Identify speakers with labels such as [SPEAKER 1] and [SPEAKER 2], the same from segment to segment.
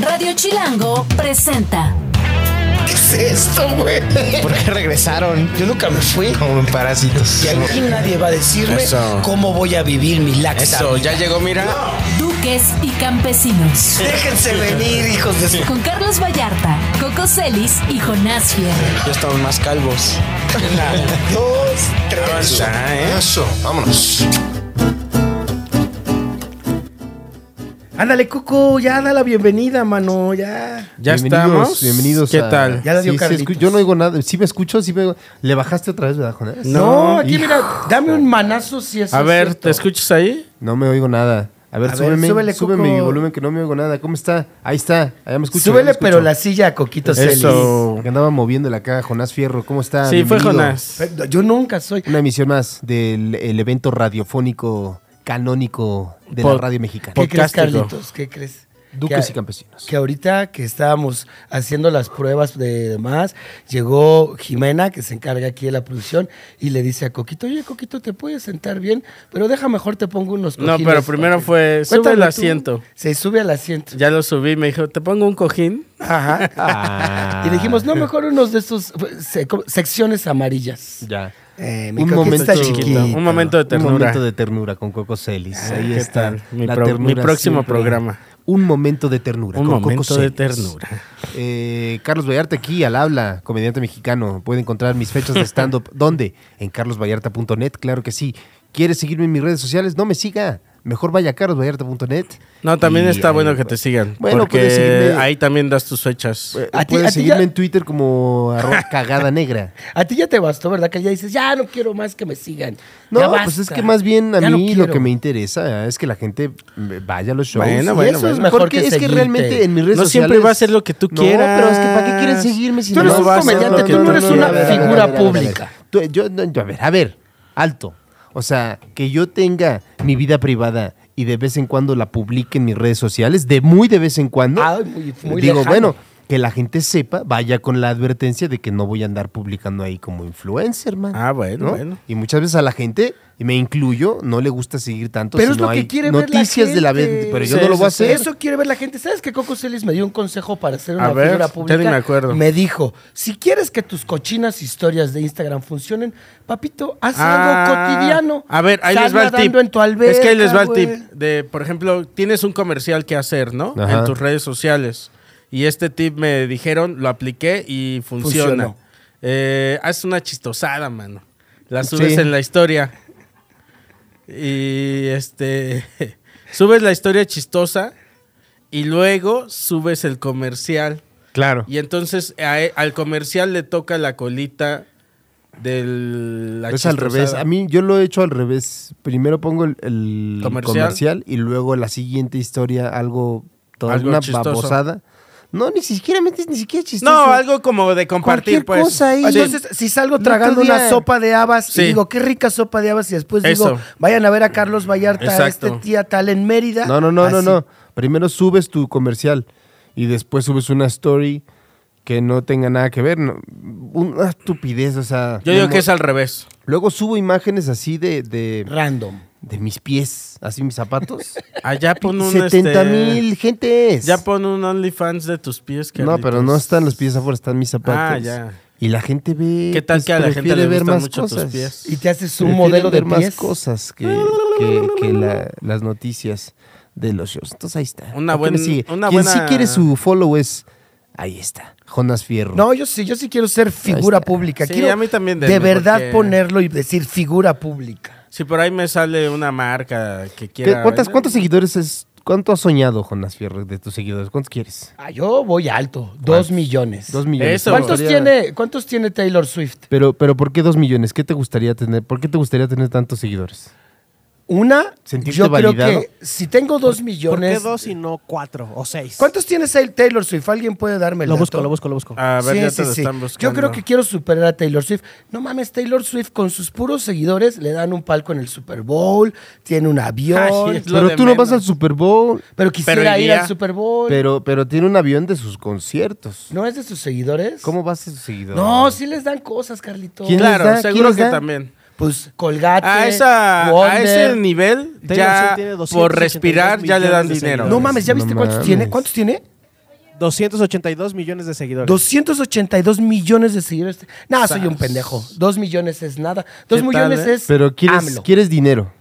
[SPEAKER 1] Radio Chilango presenta.
[SPEAKER 2] ¿Qué es esto, güey?
[SPEAKER 3] ¿Por qué regresaron?
[SPEAKER 2] Yo nunca me fui.
[SPEAKER 3] Como parásitos.
[SPEAKER 2] Y aquí nadie va a decirme
[SPEAKER 3] Eso.
[SPEAKER 2] cómo voy a vivir mi laxa.
[SPEAKER 3] Eso, ya llegó, mira.
[SPEAKER 1] Duques y campesinos.
[SPEAKER 2] Déjense venir, hijos de su...
[SPEAKER 1] Con Carlos Vallarta, Coco Celis y Jonás Fierro.
[SPEAKER 3] Ya estamos más calvos.
[SPEAKER 2] Una, dos, tres.
[SPEAKER 3] ¿Eh?
[SPEAKER 4] Eso, vámonos.
[SPEAKER 5] Ándale, Coco, ya da la bienvenida, mano, ya.
[SPEAKER 3] ¿Ya
[SPEAKER 6] Bienvenidos,
[SPEAKER 3] estamos?
[SPEAKER 6] Bienvenidos.
[SPEAKER 3] ¿Qué
[SPEAKER 6] a-
[SPEAKER 3] tal?
[SPEAKER 5] Ya la dio
[SPEAKER 6] Sí, sí,
[SPEAKER 5] Carlitos.
[SPEAKER 6] escu- yo no oigo nada. Sí me escucho, sí me... Le bajaste otra vez, ¿verdad, Jonás?
[SPEAKER 5] No, aquí
[SPEAKER 3] hijo.
[SPEAKER 5] mira, dame un manazo si es
[SPEAKER 3] A ver,
[SPEAKER 5] cierto.
[SPEAKER 3] ¿te escuchas ahí?
[SPEAKER 6] No me oigo nada. A ver,
[SPEAKER 5] A ver,
[SPEAKER 6] súbeme,
[SPEAKER 5] súbele,
[SPEAKER 6] súbeme
[SPEAKER 5] Coco.
[SPEAKER 6] mi volumen que no me oigo nada. ¿Cómo está? Ahí está. Allá me escucho.
[SPEAKER 5] Súbele,
[SPEAKER 6] allá me
[SPEAKER 5] pero la
[SPEAKER 6] escucho.
[SPEAKER 5] silla a Coquito Celis.
[SPEAKER 3] Eso.
[SPEAKER 6] Que andaba moviéndola acá, Jonás Fierro. ¿Cómo está?
[SPEAKER 3] Sí, fue
[SPEAKER 6] Bienvenido.
[SPEAKER 3] Jonás.
[SPEAKER 5] Pero Yo nunca soy.
[SPEAKER 6] Una emisión más del el evento radiofónico canónico de
[SPEAKER 3] Pod-
[SPEAKER 6] la radio mexicana.
[SPEAKER 5] ¿Qué crees,
[SPEAKER 3] Podcástico.
[SPEAKER 5] Carlitos? ¿Qué crees?
[SPEAKER 6] Duques
[SPEAKER 5] Que-
[SPEAKER 6] y campesinos.
[SPEAKER 5] Que ahorita que estábamos haciendo las pruebas de demás, llegó Jimena, que se encarga aquí de la producción, y le dice a Coquito, oye, Coquito, te puedes sentar bien, pero deja mejor te pongo unos
[SPEAKER 3] No,
[SPEAKER 5] cojines
[SPEAKER 3] pero primero
[SPEAKER 5] para que-".
[SPEAKER 3] fue, sube
[SPEAKER 5] Cuéntame
[SPEAKER 3] el
[SPEAKER 5] tú.
[SPEAKER 3] asiento.
[SPEAKER 5] Se sube al asiento.
[SPEAKER 3] Ya lo subí, me dijo, ¿te pongo un cojín?
[SPEAKER 5] Ajá.
[SPEAKER 6] Ah.
[SPEAKER 5] Y le dijimos, no, mejor unos de estos pues, se- como secciones amarillas.
[SPEAKER 6] Ya.
[SPEAKER 5] Eh,
[SPEAKER 6] Un
[SPEAKER 5] coquito
[SPEAKER 6] momento
[SPEAKER 5] está
[SPEAKER 6] chiquito.
[SPEAKER 5] chiquito.
[SPEAKER 3] Un momento de ternura. Ah,
[SPEAKER 6] Un momento de ternura con Coco Celis. Ahí
[SPEAKER 3] ¿qué
[SPEAKER 6] está.
[SPEAKER 3] tal? Mi
[SPEAKER 6] la
[SPEAKER 3] pro- mi
[SPEAKER 6] ternura
[SPEAKER 3] próximo programa.
[SPEAKER 6] Un momento de ternura.
[SPEAKER 3] Un
[SPEAKER 6] con
[SPEAKER 3] momento
[SPEAKER 6] Coco
[SPEAKER 3] de
[SPEAKER 6] Celis.
[SPEAKER 3] ternura.
[SPEAKER 6] Eh, Carlos Vallarta aquí, al habla, comediante mexicano. Puede encontrar mis fechas de stand-up. ¿Dónde? En carlosvallarta.net, claro que sí. ¿Quieres seguirme en mis redes sociales? No me siga. Mejor vaya a carlosvallarta.net.
[SPEAKER 3] No, también
[SPEAKER 6] Y
[SPEAKER 3] está
[SPEAKER 6] ahí-
[SPEAKER 3] bueno que te sigan.
[SPEAKER 6] Bueno, puedes
[SPEAKER 3] porque
[SPEAKER 6] seguirme.
[SPEAKER 3] ahí también das tus fechas.
[SPEAKER 6] Eh,
[SPEAKER 5] A ti-
[SPEAKER 6] puedes
[SPEAKER 5] a ti
[SPEAKER 6] seguirme
[SPEAKER 5] ya-
[SPEAKER 6] en Twitter como arroba cagada negra.
[SPEAKER 5] A ti ya te bastó, ¿verdad? Que ya dices, ya no quiero más que me sigan.
[SPEAKER 6] No,
[SPEAKER 5] Ya
[SPEAKER 6] pues
[SPEAKER 5] basta.
[SPEAKER 6] es que más bien a
[SPEAKER 5] Ya no
[SPEAKER 6] mí lo
[SPEAKER 5] quiero".
[SPEAKER 6] que me interesa es que la gente vaya a los shows.
[SPEAKER 3] Bueno,
[SPEAKER 6] Y
[SPEAKER 3] bueno,
[SPEAKER 6] eso es
[SPEAKER 3] bueno.
[SPEAKER 6] mejor
[SPEAKER 5] Porque
[SPEAKER 6] que
[SPEAKER 5] es que
[SPEAKER 6] es que realmente en mis redes
[SPEAKER 3] No
[SPEAKER 6] sociales...
[SPEAKER 3] siempre va a ser lo que tú quieras.
[SPEAKER 6] No, pero es que ¿para qué quieren seguirme si
[SPEAKER 5] Tú eres
[SPEAKER 6] no
[SPEAKER 5] un
[SPEAKER 6] vas a-
[SPEAKER 5] comediante, tú no eres una
[SPEAKER 6] a ver, a ver,
[SPEAKER 5] figura
[SPEAKER 6] a ver, a ver, a ver.
[SPEAKER 5] pública.
[SPEAKER 6] Tú- yo, no, yo- a ver, a ver, alto. O sea, que yo tenga mi vida privada y de vez en cuando la publique en mis redes sociales, de muy de vez en cuando.
[SPEAKER 5] Ay, muy- muy
[SPEAKER 6] Digo,
[SPEAKER 5] lejano.
[SPEAKER 6] bueno, que la gente sepa, vaya con la advertencia de que no voy a andar publicando ahí como influencer, man.
[SPEAKER 3] Ah, bueno,
[SPEAKER 6] ¿no?
[SPEAKER 3] bueno.
[SPEAKER 6] Y muchas veces a la gente, y me incluyo, no le gusta seguir tanto.
[SPEAKER 5] Pero
[SPEAKER 6] si
[SPEAKER 5] es
[SPEAKER 6] no
[SPEAKER 5] lo que
[SPEAKER 6] hay
[SPEAKER 5] quiere ver la
[SPEAKER 6] noticias de la
[SPEAKER 5] gente.
[SPEAKER 6] vez, pero yo
[SPEAKER 3] Sí,
[SPEAKER 6] no lo
[SPEAKER 3] sí,
[SPEAKER 6] voy a
[SPEAKER 3] sí.
[SPEAKER 6] hacer.
[SPEAKER 5] Eso quiere ver la gente. ¿Sabes que Coco Celis me dio un consejo para ser una
[SPEAKER 3] A ver,
[SPEAKER 5] figura
[SPEAKER 3] ya
[SPEAKER 5] pública?
[SPEAKER 3] ni me acuerdo.
[SPEAKER 5] Me dijo, si quieres que tus cochinas historias de Instagram funcionen, papito, haz
[SPEAKER 3] Ah,
[SPEAKER 5] algo cotidiano.
[SPEAKER 3] A ver, ahí
[SPEAKER 5] Sal
[SPEAKER 3] les va el
[SPEAKER 5] nadando
[SPEAKER 3] tip.
[SPEAKER 5] en tu alberca,
[SPEAKER 3] es que ahí les va el
[SPEAKER 5] güey.
[SPEAKER 3] tip. De, por ejemplo, tienes un comercial que hacer, ¿no?
[SPEAKER 6] Ajá.
[SPEAKER 3] En tus redes sociales. Y este tip me dijeron, lo apliqué y funciona.
[SPEAKER 5] Funcionó.
[SPEAKER 3] Eh, haz una chistosada, mano. La subes
[SPEAKER 6] Sí.
[SPEAKER 3] en la historia. Y este. subes la historia chistosa. Y luego subes el comercial.
[SPEAKER 6] Claro.
[SPEAKER 3] Y entonces a e- al comercial le toca la colita del. la
[SPEAKER 6] es al
[SPEAKER 3] chistosada.
[SPEAKER 6] revés. A mí yo lo he hecho al revés. Primero pongo el, el
[SPEAKER 3] Comercial.
[SPEAKER 6] comercial. y luego la siguiente historia, algo, toda
[SPEAKER 3] Algo
[SPEAKER 6] una
[SPEAKER 3] chistoso.
[SPEAKER 6] babosada. No, ni siquiera metes, ni siquiera chistoso.
[SPEAKER 3] No, algo como de compartir,
[SPEAKER 6] Cualquier
[SPEAKER 3] pues.
[SPEAKER 6] cosa ahí.
[SPEAKER 3] Sí.
[SPEAKER 5] Entonces, si salgo
[SPEAKER 6] No
[SPEAKER 5] tragando una
[SPEAKER 6] estudiar.
[SPEAKER 5] sopa de habas
[SPEAKER 3] Sí.
[SPEAKER 5] y digo, qué rica sopa de habas, y después digo,
[SPEAKER 3] Eso.
[SPEAKER 5] vayan a ver a Carlos Vallarta, a
[SPEAKER 3] Exacto.
[SPEAKER 5] este tía tal en Mérida.
[SPEAKER 6] No, no, no, no,
[SPEAKER 5] Así.
[SPEAKER 6] no. Primero subes tu comercial y después subes una story que no tenga nada que ver. no- una estupidez, o sea.
[SPEAKER 3] yo
[SPEAKER 6] no
[SPEAKER 3] digo
[SPEAKER 6] mo-
[SPEAKER 3] que es al revés.
[SPEAKER 6] Luego subo imágenes así de, de,
[SPEAKER 5] Random.
[SPEAKER 6] de mis pies, así mis zapatos.
[SPEAKER 3] Allá pon un.
[SPEAKER 6] 70 mil
[SPEAKER 3] este,
[SPEAKER 6] gentes.
[SPEAKER 3] Ya pon un OnlyFans de tus pies.
[SPEAKER 6] No,
[SPEAKER 3] Carlitos.
[SPEAKER 6] pero no están los pies afuera, están mis zapatos.
[SPEAKER 3] Ah, ya.
[SPEAKER 6] Y la gente ve.
[SPEAKER 3] ¿Qué tal que a la gente
[SPEAKER 6] prefiere
[SPEAKER 3] le
[SPEAKER 6] ver
[SPEAKER 3] gustan
[SPEAKER 6] más
[SPEAKER 3] mucho tus pies?
[SPEAKER 5] Y te haces un
[SPEAKER 6] Prefiere
[SPEAKER 5] modelo de
[SPEAKER 6] ver más
[SPEAKER 5] pies.
[SPEAKER 6] cosas que, que- que la- las noticias de los shows. Entonces ahí está.
[SPEAKER 3] Una
[SPEAKER 6] ¿A quién le
[SPEAKER 3] buen-
[SPEAKER 6] sigue?
[SPEAKER 3] una
[SPEAKER 6] Quien
[SPEAKER 3] buena-
[SPEAKER 6] sí quiere su follow es. Ahí está, Jonas Fierro.
[SPEAKER 5] No, yo sí, yo sí quiero ser figura pública.
[SPEAKER 3] Sí,
[SPEAKER 5] quiero
[SPEAKER 3] a mí también denme,
[SPEAKER 5] de verdad
[SPEAKER 3] porque-
[SPEAKER 5] ponerlo y decir figura pública.
[SPEAKER 3] Si por ahí me sale una marca que
[SPEAKER 6] ¿Qué-
[SPEAKER 3] quiera.
[SPEAKER 6] cuántas-
[SPEAKER 3] vender,
[SPEAKER 6] ¿Cuántos seguidores es? ¿Cuánto has soñado, Jonas Fierro, de tus seguidores? ¿Cuántos quieres?
[SPEAKER 5] Ah, yo voy alto, dos millones.
[SPEAKER 6] Dos millones.
[SPEAKER 3] Eso.
[SPEAKER 6] ¿Cuántos
[SPEAKER 5] ¿Cuántos,
[SPEAKER 6] gustaría-
[SPEAKER 5] tiene, ¿Cuántos tiene Taylor Swift?
[SPEAKER 6] Pero, pero ¿por qué dos millones? ¿Qué te gustaría tener? ¿Por qué te gustaría tener tantos seguidores?
[SPEAKER 5] Una,
[SPEAKER 6] ¿Sentirte
[SPEAKER 5] yo creo
[SPEAKER 6] validado?
[SPEAKER 5] que si tengo dos millones.
[SPEAKER 7] ¿Por qué dos y no cuatro o seis?
[SPEAKER 5] ¿Cuántos Ah. tiene Sail- Taylor Swift? ¿Alguien puede darme el
[SPEAKER 7] Lo
[SPEAKER 5] dato?
[SPEAKER 7] busco, lo busco, lo busco.
[SPEAKER 3] A
[SPEAKER 5] Sí,
[SPEAKER 3] ver, ya te
[SPEAKER 5] sí,
[SPEAKER 3] lo
[SPEAKER 5] sí.
[SPEAKER 3] están buscando.
[SPEAKER 5] Yo creo que quiero superar a Taylor Swift. No mames, Taylor Swift con sus puros seguidores le dan un palco en el Super Bowl, tiene un avión.
[SPEAKER 3] Ay, es lo
[SPEAKER 6] Pero
[SPEAKER 3] de
[SPEAKER 6] tú no vas
[SPEAKER 3] menos.
[SPEAKER 6] al Super Bowl.
[SPEAKER 5] pero quisiera ir
[SPEAKER 3] iría.
[SPEAKER 5] al Super Bowl.
[SPEAKER 6] Pero, pero tiene un avión de sus conciertos.
[SPEAKER 5] ¿No es de sus seguidores?
[SPEAKER 6] ¿Cómo vas a sus seguidores?
[SPEAKER 5] No, sí les dan cosas, Carlito.
[SPEAKER 6] ¿Quién?
[SPEAKER 3] Claro,
[SPEAKER 6] les da? ¿Quién
[SPEAKER 3] seguro
[SPEAKER 6] les
[SPEAKER 3] que
[SPEAKER 6] da?
[SPEAKER 3] también.
[SPEAKER 5] Pues Colgate.
[SPEAKER 3] A, esa, a
[SPEAKER 5] Wonder.
[SPEAKER 3] ese nivel,
[SPEAKER 7] Taylor
[SPEAKER 3] ya
[SPEAKER 7] Swift tiene
[SPEAKER 3] por
[SPEAKER 7] 282
[SPEAKER 3] respirar, ya le dan
[SPEAKER 7] millones de
[SPEAKER 3] dinero.
[SPEAKER 5] No mames, ¿ya
[SPEAKER 6] No
[SPEAKER 5] viste cuántos
[SPEAKER 6] mames.
[SPEAKER 5] tiene? ¿Cuántos tiene?
[SPEAKER 7] 282 millones de seguidores.
[SPEAKER 5] 282 millones de seguidores. No, soy un pendejo. Dos millones es nada. Dos
[SPEAKER 3] ¿Qué
[SPEAKER 5] millones
[SPEAKER 3] tal, eh?
[SPEAKER 5] es
[SPEAKER 6] Pero quieres,
[SPEAKER 5] AMLO.
[SPEAKER 6] quieres dinero.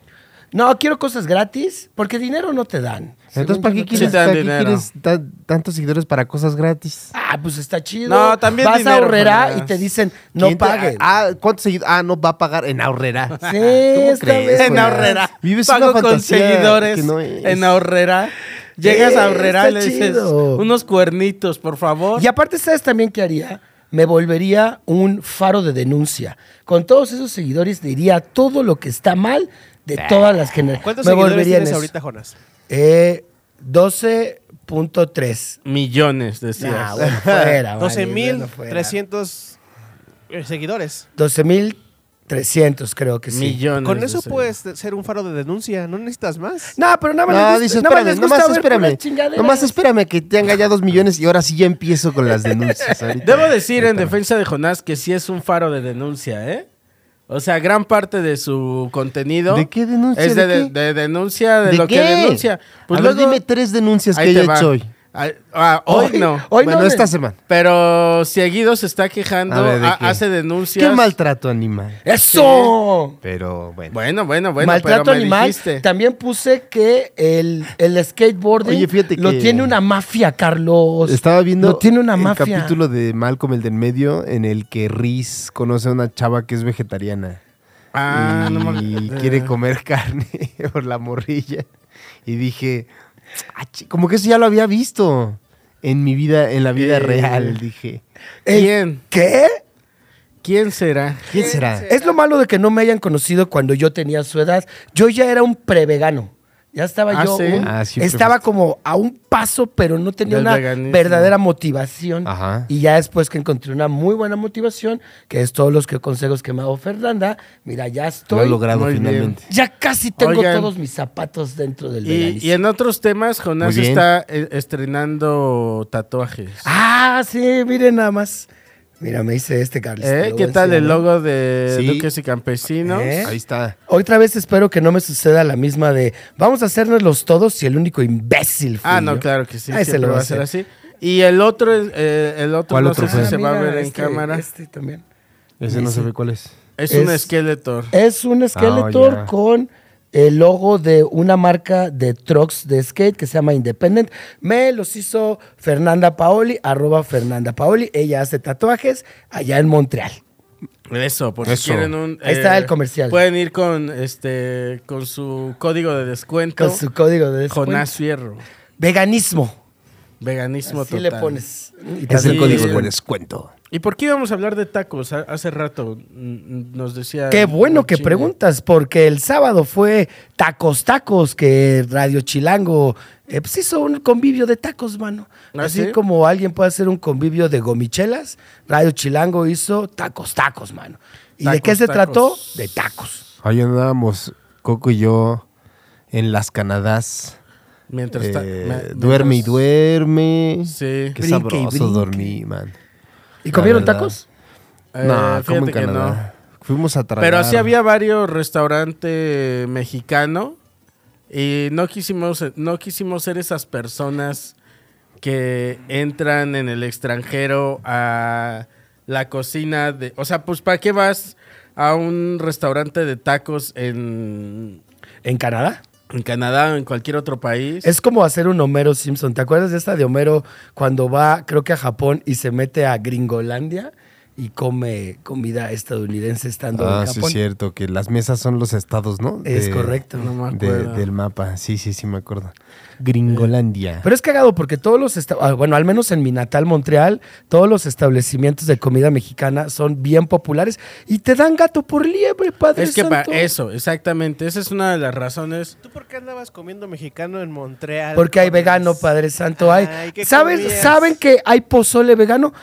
[SPEAKER 5] No, quiero cosas gratis porque dinero no te dan.
[SPEAKER 6] Entonces,
[SPEAKER 5] Según
[SPEAKER 6] ¿para
[SPEAKER 5] yo,
[SPEAKER 6] qué
[SPEAKER 5] no te
[SPEAKER 6] quieres,
[SPEAKER 3] te dan
[SPEAKER 6] para qué
[SPEAKER 3] dinero.
[SPEAKER 6] quieres ta- tantos seguidores para cosas gratis?
[SPEAKER 5] Ah, pues está chido.
[SPEAKER 3] No, también
[SPEAKER 5] Vas
[SPEAKER 3] dinero,
[SPEAKER 5] a ahorrera
[SPEAKER 3] Jonás.
[SPEAKER 5] y te dicen, no
[SPEAKER 6] ¿Quién te-
[SPEAKER 5] pague.
[SPEAKER 6] Ah, ¿cuántos seguidores? Ah, no va a pagar en ahorrera.
[SPEAKER 5] sí, está bien.
[SPEAKER 3] En
[SPEAKER 6] güey?
[SPEAKER 3] ahorrera.
[SPEAKER 6] Vives
[SPEAKER 3] Pago
[SPEAKER 6] una
[SPEAKER 3] con
[SPEAKER 6] fantasía
[SPEAKER 3] seguidores
[SPEAKER 6] que no es.
[SPEAKER 3] en ahorrera. Llegas a ahorrera
[SPEAKER 5] está
[SPEAKER 3] y le dices
[SPEAKER 5] chido.
[SPEAKER 3] unos cuernitos, por favor.
[SPEAKER 5] Y aparte, ¿sabes también qué haría? Me volvería un faro de denuncia. Con todos esos seguidores diría todo lo que está mal de todas las generaciones.
[SPEAKER 7] ¿Cuántos
[SPEAKER 5] Me
[SPEAKER 7] seguidores
[SPEAKER 5] volvería en
[SPEAKER 7] tienes
[SPEAKER 5] eso.
[SPEAKER 7] ahorita, Jonas?
[SPEAKER 5] Eh, 12.3.
[SPEAKER 3] Millones, decías.
[SPEAKER 6] Ah,
[SPEAKER 5] Nah, bueno, fuera, vale, bueno, fuera.
[SPEAKER 7] 12.300 eh, seguidores.
[SPEAKER 5] 12.300 creo que sí.
[SPEAKER 3] Millones.
[SPEAKER 7] Con eso
[SPEAKER 3] de
[SPEAKER 7] puedes ser un faro de denuncia, no necesitas más.
[SPEAKER 5] No, pero nada más les
[SPEAKER 6] No,
[SPEAKER 5] gusta-
[SPEAKER 6] dice,
[SPEAKER 5] nada más
[SPEAKER 6] espérame,
[SPEAKER 5] les gusta
[SPEAKER 6] nomás
[SPEAKER 5] ver puras
[SPEAKER 6] espérame.
[SPEAKER 5] chingaderas.
[SPEAKER 6] Nomás espérame que tenga ya dos millones y ahora sí ya empiezo con las denuncias. ahorita.
[SPEAKER 3] Debo decir en defensa de Jonás que sí es un faro de denuncia, ¿eh? O sea, gran parte de su contenido.
[SPEAKER 6] ¿De qué denuncia?
[SPEAKER 3] Es de, de-
[SPEAKER 6] ¿De
[SPEAKER 3] de denuncia, de,
[SPEAKER 6] ¿De
[SPEAKER 3] lo
[SPEAKER 6] qué?
[SPEAKER 3] que denuncia. Pues
[SPEAKER 6] a ver,
[SPEAKER 3] luego,
[SPEAKER 6] dime tres denuncias que
[SPEAKER 3] ahí te
[SPEAKER 6] haya
[SPEAKER 3] va.
[SPEAKER 6] hecho hoy.
[SPEAKER 3] Ah, ah, hoy, no.
[SPEAKER 5] Hoy no,
[SPEAKER 6] bueno,
[SPEAKER 5] de-
[SPEAKER 6] esta semana.
[SPEAKER 3] Pero seguido se está quejando,
[SPEAKER 6] A ver, ¿de
[SPEAKER 3] ha-
[SPEAKER 6] qué?
[SPEAKER 3] hace denuncias.
[SPEAKER 6] Qué maltrato animal.
[SPEAKER 5] ¡Eso!
[SPEAKER 6] Pero bueno.
[SPEAKER 3] Bueno, bueno, bueno.
[SPEAKER 5] Maltrato
[SPEAKER 3] pero me
[SPEAKER 5] animal.
[SPEAKER 3] dijiste.
[SPEAKER 5] También puse que el, el skateboarding
[SPEAKER 6] Oye, fíjate
[SPEAKER 5] lo
[SPEAKER 6] que-
[SPEAKER 5] tiene una mafia, Carlos.
[SPEAKER 6] Estaba viendo
[SPEAKER 5] Lo tiene una
[SPEAKER 6] el
[SPEAKER 5] mafia.
[SPEAKER 6] capítulo de Malcolm el del medio en el que Riz conoce a una chava que es vegetariana
[SPEAKER 3] Ah,
[SPEAKER 6] y
[SPEAKER 3] no me-
[SPEAKER 5] Mm.
[SPEAKER 6] quiere comer carne por la morrilla y dije, "Ah, chi- como que eso ya lo había visto en mi vida, en la vida
[SPEAKER 3] Eh.
[SPEAKER 6] real, dije.
[SPEAKER 5] Ey,
[SPEAKER 3] ¿Quién?
[SPEAKER 5] ¿Qué?
[SPEAKER 3] ¿Quién será?
[SPEAKER 6] ¿Quién será?
[SPEAKER 5] Es lo malo de que no me hayan conocido cuando yo tenía su edad. Yo ya era un prevegano. Ya estaba
[SPEAKER 3] Ah,
[SPEAKER 5] yo.
[SPEAKER 3] ¿sí?
[SPEAKER 5] un-
[SPEAKER 6] Ah, siempre
[SPEAKER 5] estaba
[SPEAKER 6] fuiste.
[SPEAKER 5] como a un paso, pero no tenía
[SPEAKER 3] Del
[SPEAKER 5] una
[SPEAKER 3] veganismo.
[SPEAKER 5] verdadera motivación.
[SPEAKER 6] Ajá.
[SPEAKER 5] Y ya después que encontré una muy buena motivación, que es todos los que- consejos que me ha dado Fernanda, mira, ya
[SPEAKER 6] Lo ha
[SPEAKER 5] estoy.
[SPEAKER 6] logrado
[SPEAKER 3] Muy bien.
[SPEAKER 6] finalmente.
[SPEAKER 5] Ya casi tengo
[SPEAKER 3] Oigan.
[SPEAKER 5] todos mis zapatos dentro del
[SPEAKER 3] Y, y
[SPEAKER 5] veganismo.
[SPEAKER 3] en otros temas, Jonás
[SPEAKER 6] Muy bien.
[SPEAKER 3] está eh, estrenando tatuajes.
[SPEAKER 5] Ah, sí, miren nada más. Mira, me hice este, Carlos. te
[SPEAKER 3] ¿Eh?
[SPEAKER 5] lo
[SPEAKER 3] ¿Qué
[SPEAKER 5] voy a
[SPEAKER 3] tal el
[SPEAKER 5] enseñar.
[SPEAKER 3] logo de
[SPEAKER 6] Sí.
[SPEAKER 3] Duques y Campesinos?
[SPEAKER 5] ¿Eh?
[SPEAKER 6] Ahí está.
[SPEAKER 5] Otra vez espero que no me suceda la misma de vamos a hacernos los todos si el único imbécil fui
[SPEAKER 3] Ah, no,
[SPEAKER 5] yo".
[SPEAKER 3] claro que sí.
[SPEAKER 5] Ahí se
[SPEAKER 3] siempre
[SPEAKER 5] lo
[SPEAKER 3] va a hacer así. Y el otro, eh, el otro
[SPEAKER 6] ¿Cuál
[SPEAKER 3] no
[SPEAKER 6] otro
[SPEAKER 3] sé
[SPEAKER 6] fue?
[SPEAKER 3] si se va a
[SPEAKER 5] mira,
[SPEAKER 3] ver en
[SPEAKER 5] este-
[SPEAKER 3] cámara.
[SPEAKER 5] este también.
[SPEAKER 6] Ese no se ve cuál es.
[SPEAKER 5] es-
[SPEAKER 3] es,
[SPEAKER 5] eh,
[SPEAKER 3] un Skeletor.
[SPEAKER 5] Es un Skeletor
[SPEAKER 3] Ah,
[SPEAKER 6] ya.
[SPEAKER 5] con el logo de una marca de trucks de skate que se llama Independent. Me los hizo Fernanda Paoli, arroba Fernanda Paoli. Ella hace tatuajes allá en Montreal.
[SPEAKER 3] Eso, por
[SPEAKER 6] Eso.
[SPEAKER 3] si quieren un... eh,
[SPEAKER 5] Ahí está el comercial.
[SPEAKER 3] Pueden ir con este con su código de descuento.
[SPEAKER 5] Con su código de descuento.
[SPEAKER 3] Jonás Fierro.
[SPEAKER 5] Veganismo.
[SPEAKER 3] Veganismo
[SPEAKER 5] Así
[SPEAKER 3] total.
[SPEAKER 5] le pones. Y te
[SPEAKER 6] Es
[SPEAKER 5] hace
[SPEAKER 6] el
[SPEAKER 3] Sí.
[SPEAKER 6] código de descuento.
[SPEAKER 3] ¿Y por qué íbamos a hablar de tacos? Ha- Hace rato mm, mm, nos decía...
[SPEAKER 5] Qué bueno que
[SPEAKER 3] Chinga.
[SPEAKER 5] preguntas, porque el sábado fue Tacos Tacos, que Radio Chilango eh, pues hizo un convivio de tacos, mano.
[SPEAKER 3] ¿Ah,
[SPEAKER 5] Así
[SPEAKER 3] sí?
[SPEAKER 5] como alguien puede hacer un convivio de gomichelas, Radio Chilango hizo Tacos Tacos, mano. ¿Y de
[SPEAKER 3] Tacos,
[SPEAKER 5] qué se
[SPEAKER 3] tacos.
[SPEAKER 5] trató? De tacos.
[SPEAKER 6] Ahí andábamos, Coco y yo, en las Canadás.
[SPEAKER 3] Mientras... ta-
[SPEAKER 6] Eh,
[SPEAKER 3] me-
[SPEAKER 6] duerme y
[SPEAKER 3] mientras-
[SPEAKER 6] duerme.
[SPEAKER 3] Sí.
[SPEAKER 6] Qué
[SPEAKER 5] Brinque y
[SPEAKER 6] sabroso
[SPEAKER 5] brinque.
[SPEAKER 6] dormí, man.
[SPEAKER 5] ¿Y comieron
[SPEAKER 6] verdad.
[SPEAKER 5] tacos?
[SPEAKER 3] Eh,
[SPEAKER 6] no, como en
[SPEAKER 3] fíjate que no.
[SPEAKER 6] Canadá. Fuimos a tragar. Ah,
[SPEAKER 3] Pero así había varios restaurantes mexicano y no quisimos, no quisimos ser esas personas que entran en el extranjero a la cocina de... O sea, pues ¿para qué vas a un restaurante de tacos en,
[SPEAKER 5] ¿En Canadá?
[SPEAKER 3] en Canadá o en cualquier otro país?
[SPEAKER 5] Es como hacer un Homero Simpson. ¿Te acuerdas de esta de Homero cuando va, creo que a Japón, y se mete a Gringolandia y come comida estadounidense estando
[SPEAKER 6] Ah,
[SPEAKER 5] en
[SPEAKER 6] sí,
[SPEAKER 5] Japón?
[SPEAKER 6] es cierto, que las mesas son los estados, ¿no?
[SPEAKER 5] Es
[SPEAKER 6] De-
[SPEAKER 5] correcto.
[SPEAKER 3] no me
[SPEAKER 6] de-
[SPEAKER 3] acuerdo.
[SPEAKER 6] del mapa. Sí, sí, sí, me acuerdo. Eh, Gringolandia.
[SPEAKER 5] Pero es cagado porque todos los, esta- ah, bueno, al menos en mi natal Montreal, todos los establecimientos de comida mexicana son bien populares y te dan gato por liebre, padre.
[SPEAKER 3] Es que para
[SPEAKER 5] santo.
[SPEAKER 3] eso, exactamente. Esa es una de las razones.
[SPEAKER 7] ¿Tú por qué andabas comiendo mexicano en Montreal?
[SPEAKER 5] Porque hay vegano, Padre Santo. Hay.
[SPEAKER 7] Ay, ¿qué
[SPEAKER 5] ¿Saben,
[SPEAKER 7] comías?
[SPEAKER 5] ¿Saben que hay pozole vegano?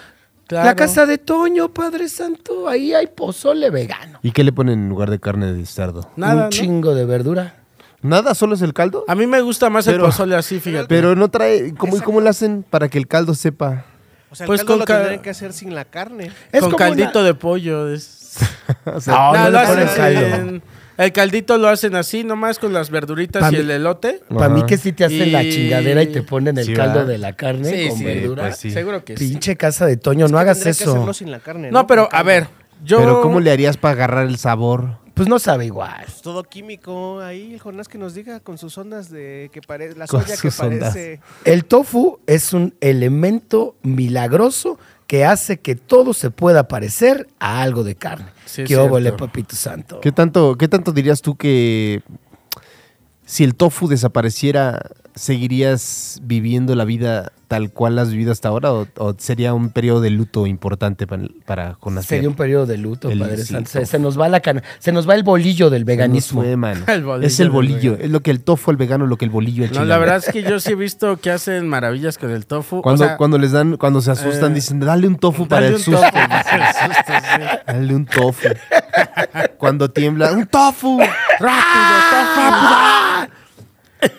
[SPEAKER 5] La
[SPEAKER 3] Claro.
[SPEAKER 5] casa de Toño, Padre Santo, ahí hay pozole vegano.
[SPEAKER 6] ¿Y qué le ponen en lugar de carne de cerdo?
[SPEAKER 3] Nada,
[SPEAKER 5] Un
[SPEAKER 3] ¿no?
[SPEAKER 5] chingo de verdura.
[SPEAKER 6] ¿Nada? ¿Solo es el caldo?
[SPEAKER 3] A mí me gusta más
[SPEAKER 6] Pero-
[SPEAKER 3] el pozole así, Ah, fíjate.
[SPEAKER 6] Pero no trae. ¿Cómo, ¿Y cómo lo hacen para que el caldo sepa?
[SPEAKER 7] O sea,
[SPEAKER 3] Pues
[SPEAKER 7] pues
[SPEAKER 3] con
[SPEAKER 7] lo
[SPEAKER 3] ca-
[SPEAKER 7] tendrían que hacer sin la carne.
[SPEAKER 5] Es
[SPEAKER 3] con
[SPEAKER 5] como una-
[SPEAKER 3] caldito de pollo. es-
[SPEAKER 6] O sea,
[SPEAKER 5] No, no, le
[SPEAKER 3] No, lo
[SPEAKER 5] ponen
[SPEAKER 3] haces
[SPEAKER 5] caldo.
[SPEAKER 3] en- El caldito lo hacen así, nomás con las verduritas
[SPEAKER 5] Pa'
[SPEAKER 3] y
[SPEAKER 5] mí-
[SPEAKER 3] el elote.
[SPEAKER 5] Para mí que si te hacen la
[SPEAKER 3] Y-
[SPEAKER 5] chingadera y te ponen el
[SPEAKER 6] Sí,
[SPEAKER 5] caldo
[SPEAKER 6] ¿verdad?
[SPEAKER 5] de la carne
[SPEAKER 3] Sí,
[SPEAKER 5] con
[SPEAKER 3] sí,
[SPEAKER 5] verdura.
[SPEAKER 6] pues sí.
[SPEAKER 3] Seguro que sí.
[SPEAKER 5] Pinche casa de Toño, no hagas
[SPEAKER 7] Tendría que
[SPEAKER 5] eso.
[SPEAKER 7] hacerlo sin la carne,
[SPEAKER 3] No, pero
[SPEAKER 7] Porque
[SPEAKER 3] a ver, yo.
[SPEAKER 6] Pero ¿cómo le harías para agarrar el sabor?
[SPEAKER 5] Pues no sabe igual.
[SPEAKER 7] es Todo químico. Ahí el Jonás que nos diga con sus ondas de que parece. La
[SPEAKER 6] Con
[SPEAKER 7] soya que
[SPEAKER 6] sus ondas.
[SPEAKER 7] parece.
[SPEAKER 5] El tofu es un elemento milagroso que hace que todo se pueda parecer a algo de carne.
[SPEAKER 3] Sí, es
[SPEAKER 5] Qué óvole,
[SPEAKER 3] cierto.
[SPEAKER 5] papito santo.
[SPEAKER 6] ¿Qué tanto, ¿Qué tanto dirías tú que si el tofu desapareciera, seguirías viviendo la vida tal cual la has vivido hasta ahora? ¿O, o sería un periodo de luto importante para, para Jonás?
[SPEAKER 5] Sería un periodo de luto,
[SPEAKER 6] El-
[SPEAKER 5] Padre
[SPEAKER 6] sí,
[SPEAKER 5] Santo.
[SPEAKER 6] tofu.
[SPEAKER 5] Se, se nos va la cana, se nos va el bolillo del veganismo.
[SPEAKER 6] Se nos fue, mano.
[SPEAKER 3] El bolillo
[SPEAKER 6] es el
[SPEAKER 3] del
[SPEAKER 6] bolillo.
[SPEAKER 3] vegano.
[SPEAKER 6] Es lo que el tofu al vegano, lo que el bolillo al
[SPEAKER 3] No,
[SPEAKER 6] chileno.
[SPEAKER 3] la verdad es que yo sí he visto que hacen maravillas con el tofu.
[SPEAKER 6] Cuando,
[SPEAKER 3] O sea,
[SPEAKER 6] cuando les dan, cuando se asustan,
[SPEAKER 3] eh,
[SPEAKER 6] dicen, dale un tofu para
[SPEAKER 3] dale
[SPEAKER 6] el
[SPEAKER 3] un
[SPEAKER 6] susto.
[SPEAKER 3] tofu, para el susto, sí.
[SPEAKER 6] Dale un tofu. cuando tiembla, un tofu.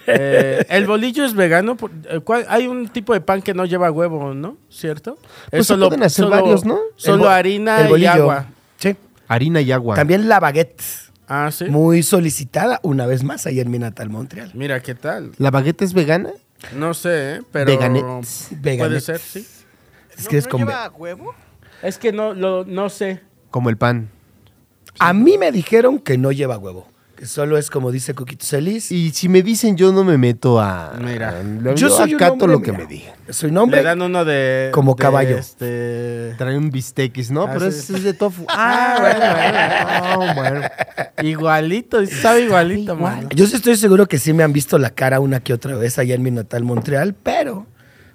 [SPEAKER 3] Eh, el bolillo es vegano. por- eh, ¿cuál- Hay un tipo de pan que no lleva huevo, ¿no? ¿Cierto?
[SPEAKER 6] Pues se pueden hacer varios, ¿no? El
[SPEAKER 3] Solo
[SPEAKER 5] bo- el
[SPEAKER 3] harina y
[SPEAKER 5] bolillo.
[SPEAKER 3] agua.
[SPEAKER 5] Sí.
[SPEAKER 6] Harina y agua.
[SPEAKER 5] También la baguette,
[SPEAKER 3] Ah, sí.
[SPEAKER 5] muy solicitada una vez más ahí en mi natal Montreal.
[SPEAKER 3] Mira, ¿qué tal?
[SPEAKER 6] ¿La baguette es vegana?
[SPEAKER 3] No sé, ¿eh? pero.
[SPEAKER 6] Veganets.
[SPEAKER 3] Puede
[SPEAKER 5] Veganets.
[SPEAKER 3] ser, sí.
[SPEAKER 5] Es
[SPEAKER 7] ¿No,
[SPEAKER 5] que es
[SPEAKER 7] no
[SPEAKER 5] con-
[SPEAKER 7] lleva huevo?
[SPEAKER 3] Es que no, lo, no sé.
[SPEAKER 6] Como el pan.
[SPEAKER 5] A mí me dijeron que no lleva huevo, que solo es como dice Coquito Celis.
[SPEAKER 6] Y si me dicen, yo no me meto a.
[SPEAKER 3] Mira.
[SPEAKER 6] a- yo, acato lo que me digan.
[SPEAKER 5] Soy un hombre.
[SPEAKER 3] Le dan uno de.
[SPEAKER 5] Como
[SPEAKER 3] de,
[SPEAKER 5] caballo.
[SPEAKER 3] Este,
[SPEAKER 6] Trae un bistequis, ¿no?
[SPEAKER 3] Ah,
[SPEAKER 6] Pero
[SPEAKER 3] sí.
[SPEAKER 6] ese es de tofu. Ah,
[SPEAKER 5] Oh,
[SPEAKER 6] bueno, bueno. No, bueno.
[SPEAKER 3] igualito, sabe igualito, mano.
[SPEAKER 5] Yo sí estoy seguro que sí me han visto la cara una que otra vez allá en mi natal Montreal, pero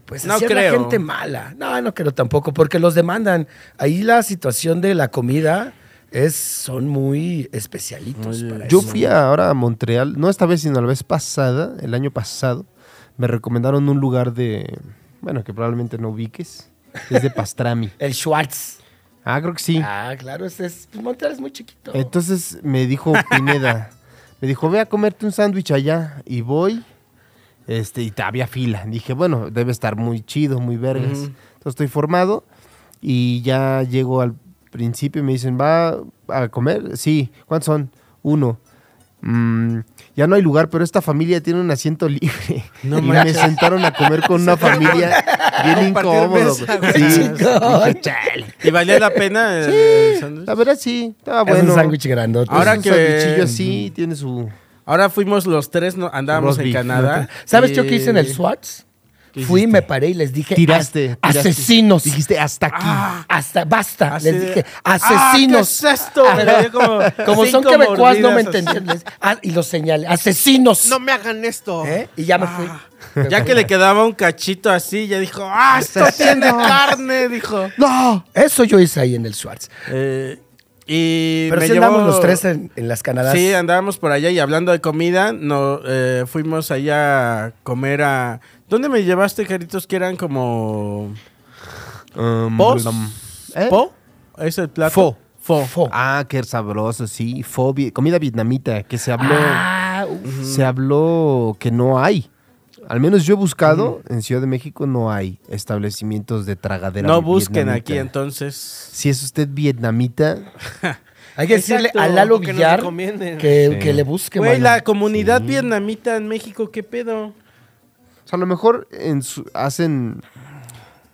[SPEAKER 5] pues
[SPEAKER 3] No
[SPEAKER 5] así es la
[SPEAKER 3] creo.
[SPEAKER 5] gente mala. No, no creo tampoco, porque los demandan. Ahí la situación de la comida es, son muy especialitos.
[SPEAKER 3] Oye,
[SPEAKER 5] para
[SPEAKER 6] Yo
[SPEAKER 5] eso.
[SPEAKER 6] fui ahora a Montreal, no esta vez, sino la vez pasada, el año pasado, me recomendaron un lugar de, bueno, que probablemente no ubiques, es de pastrami.
[SPEAKER 5] El Schwartz.
[SPEAKER 6] Ah, creo que sí.
[SPEAKER 5] Ah, claro, ese es, Montreal es muy chiquito.
[SPEAKER 6] Entonces me dijo Pineda, me dijo, ve a comerte un sándwich allá, y voy, este, y te- había fila. Dije, bueno, debe estar muy chido, muy vergas. Entonces estoy formado, y ya llego al principio y me dicen, ¿va a comer? Sí, ¿cuántos son? Uno. Mm, ya no hay lugar, pero esta familia tiene un asiento libre.
[SPEAKER 3] No
[SPEAKER 6] y
[SPEAKER 3] manches.
[SPEAKER 6] me sentaron a comer con una familia bien
[SPEAKER 7] Compartir
[SPEAKER 6] incómodo.
[SPEAKER 7] mesa,
[SPEAKER 6] güey.
[SPEAKER 7] güey.
[SPEAKER 6] Sí.
[SPEAKER 5] Chingón.
[SPEAKER 6] Dije, "Chale".
[SPEAKER 3] ¿Y valía la pena el, el sándwich?
[SPEAKER 6] La verdad sí, estaba
[SPEAKER 5] es
[SPEAKER 6] Ah, bueno.
[SPEAKER 5] un sándwich grandote.
[SPEAKER 3] Ahora
[SPEAKER 6] Ahora que
[SPEAKER 3] que-
[SPEAKER 6] así tiene su
[SPEAKER 3] Ahora fuimos los tres, no- andábamos
[SPEAKER 6] Rosby.
[SPEAKER 3] en Canadá.
[SPEAKER 5] ¿Sabes
[SPEAKER 3] y-
[SPEAKER 5] yo qué hice en el Schwartz?
[SPEAKER 6] ¿Qué
[SPEAKER 5] Fui,
[SPEAKER 6] hiciste?
[SPEAKER 5] me paré y les dije,
[SPEAKER 6] tiraste,
[SPEAKER 5] "As-
[SPEAKER 6] tiraste.
[SPEAKER 5] asesinos. Ah.
[SPEAKER 6] Dijiste hasta aquí.
[SPEAKER 5] Hasta, basta.
[SPEAKER 3] Así
[SPEAKER 5] les
[SPEAKER 3] de-
[SPEAKER 5] dije,
[SPEAKER 3] ¡Ah,
[SPEAKER 5] asesinos.
[SPEAKER 3] ¿qué es esto? Me dio como
[SPEAKER 5] Como son
[SPEAKER 3] cinco
[SPEAKER 5] quebecuas, no me
[SPEAKER 3] mordidas así.
[SPEAKER 5] entendían. Les- ah, y los señalé, asesinos.
[SPEAKER 7] No me hagan esto.
[SPEAKER 5] ¿Eh? Y ya me fui.
[SPEAKER 3] Ya que le quedaba un cachito así, ya dijo, ¡ah, esto tiene carne! Dijo.
[SPEAKER 5] ¡No! Eso yo hice ahí en el Schwartz.
[SPEAKER 3] Eh, y
[SPEAKER 5] Pero
[SPEAKER 3] me
[SPEAKER 5] sí andamos
[SPEAKER 3] llevó-
[SPEAKER 5] los tres en, en las Canadas.
[SPEAKER 3] Sí, andábamos por allá y hablando de comida, no, eh, fuimos allá a comer a... ¿Dónde me llevaste, Caritos? Que eran como...
[SPEAKER 6] um,
[SPEAKER 3] ¿Pos?
[SPEAKER 6] ¿Eh?
[SPEAKER 3] ¿Po? ¿Es el plato?
[SPEAKER 6] Fo.
[SPEAKER 3] Fo.
[SPEAKER 5] Fo.
[SPEAKER 6] Ah, qué sabroso, sí. Pho, vi- comida vietnamita que se habló,
[SPEAKER 5] Ah, uh,
[SPEAKER 6] se habló que no hay. Al menos yo he buscado en Ciudad de México no hay establecimientos de tragadera.
[SPEAKER 3] No busquen
[SPEAKER 6] vietnamita.
[SPEAKER 3] aquí, entonces.
[SPEAKER 6] Si es usted vietnamita,
[SPEAKER 5] hay que
[SPEAKER 7] Exacto,
[SPEAKER 5] decirle a Lalo
[SPEAKER 7] que nos
[SPEAKER 5] Villar
[SPEAKER 7] recomienden.
[SPEAKER 5] que,
[SPEAKER 6] Sí.
[SPEAKER 5] que le busque.
[SPEAKER 3] Güey,
[SPEAKER 5] mano.
[SPEAKER 3] la comunidad vietnamita en México, ¿qué pedo?
[SPEAKER 6] o sea, a lo mejor en su- hacen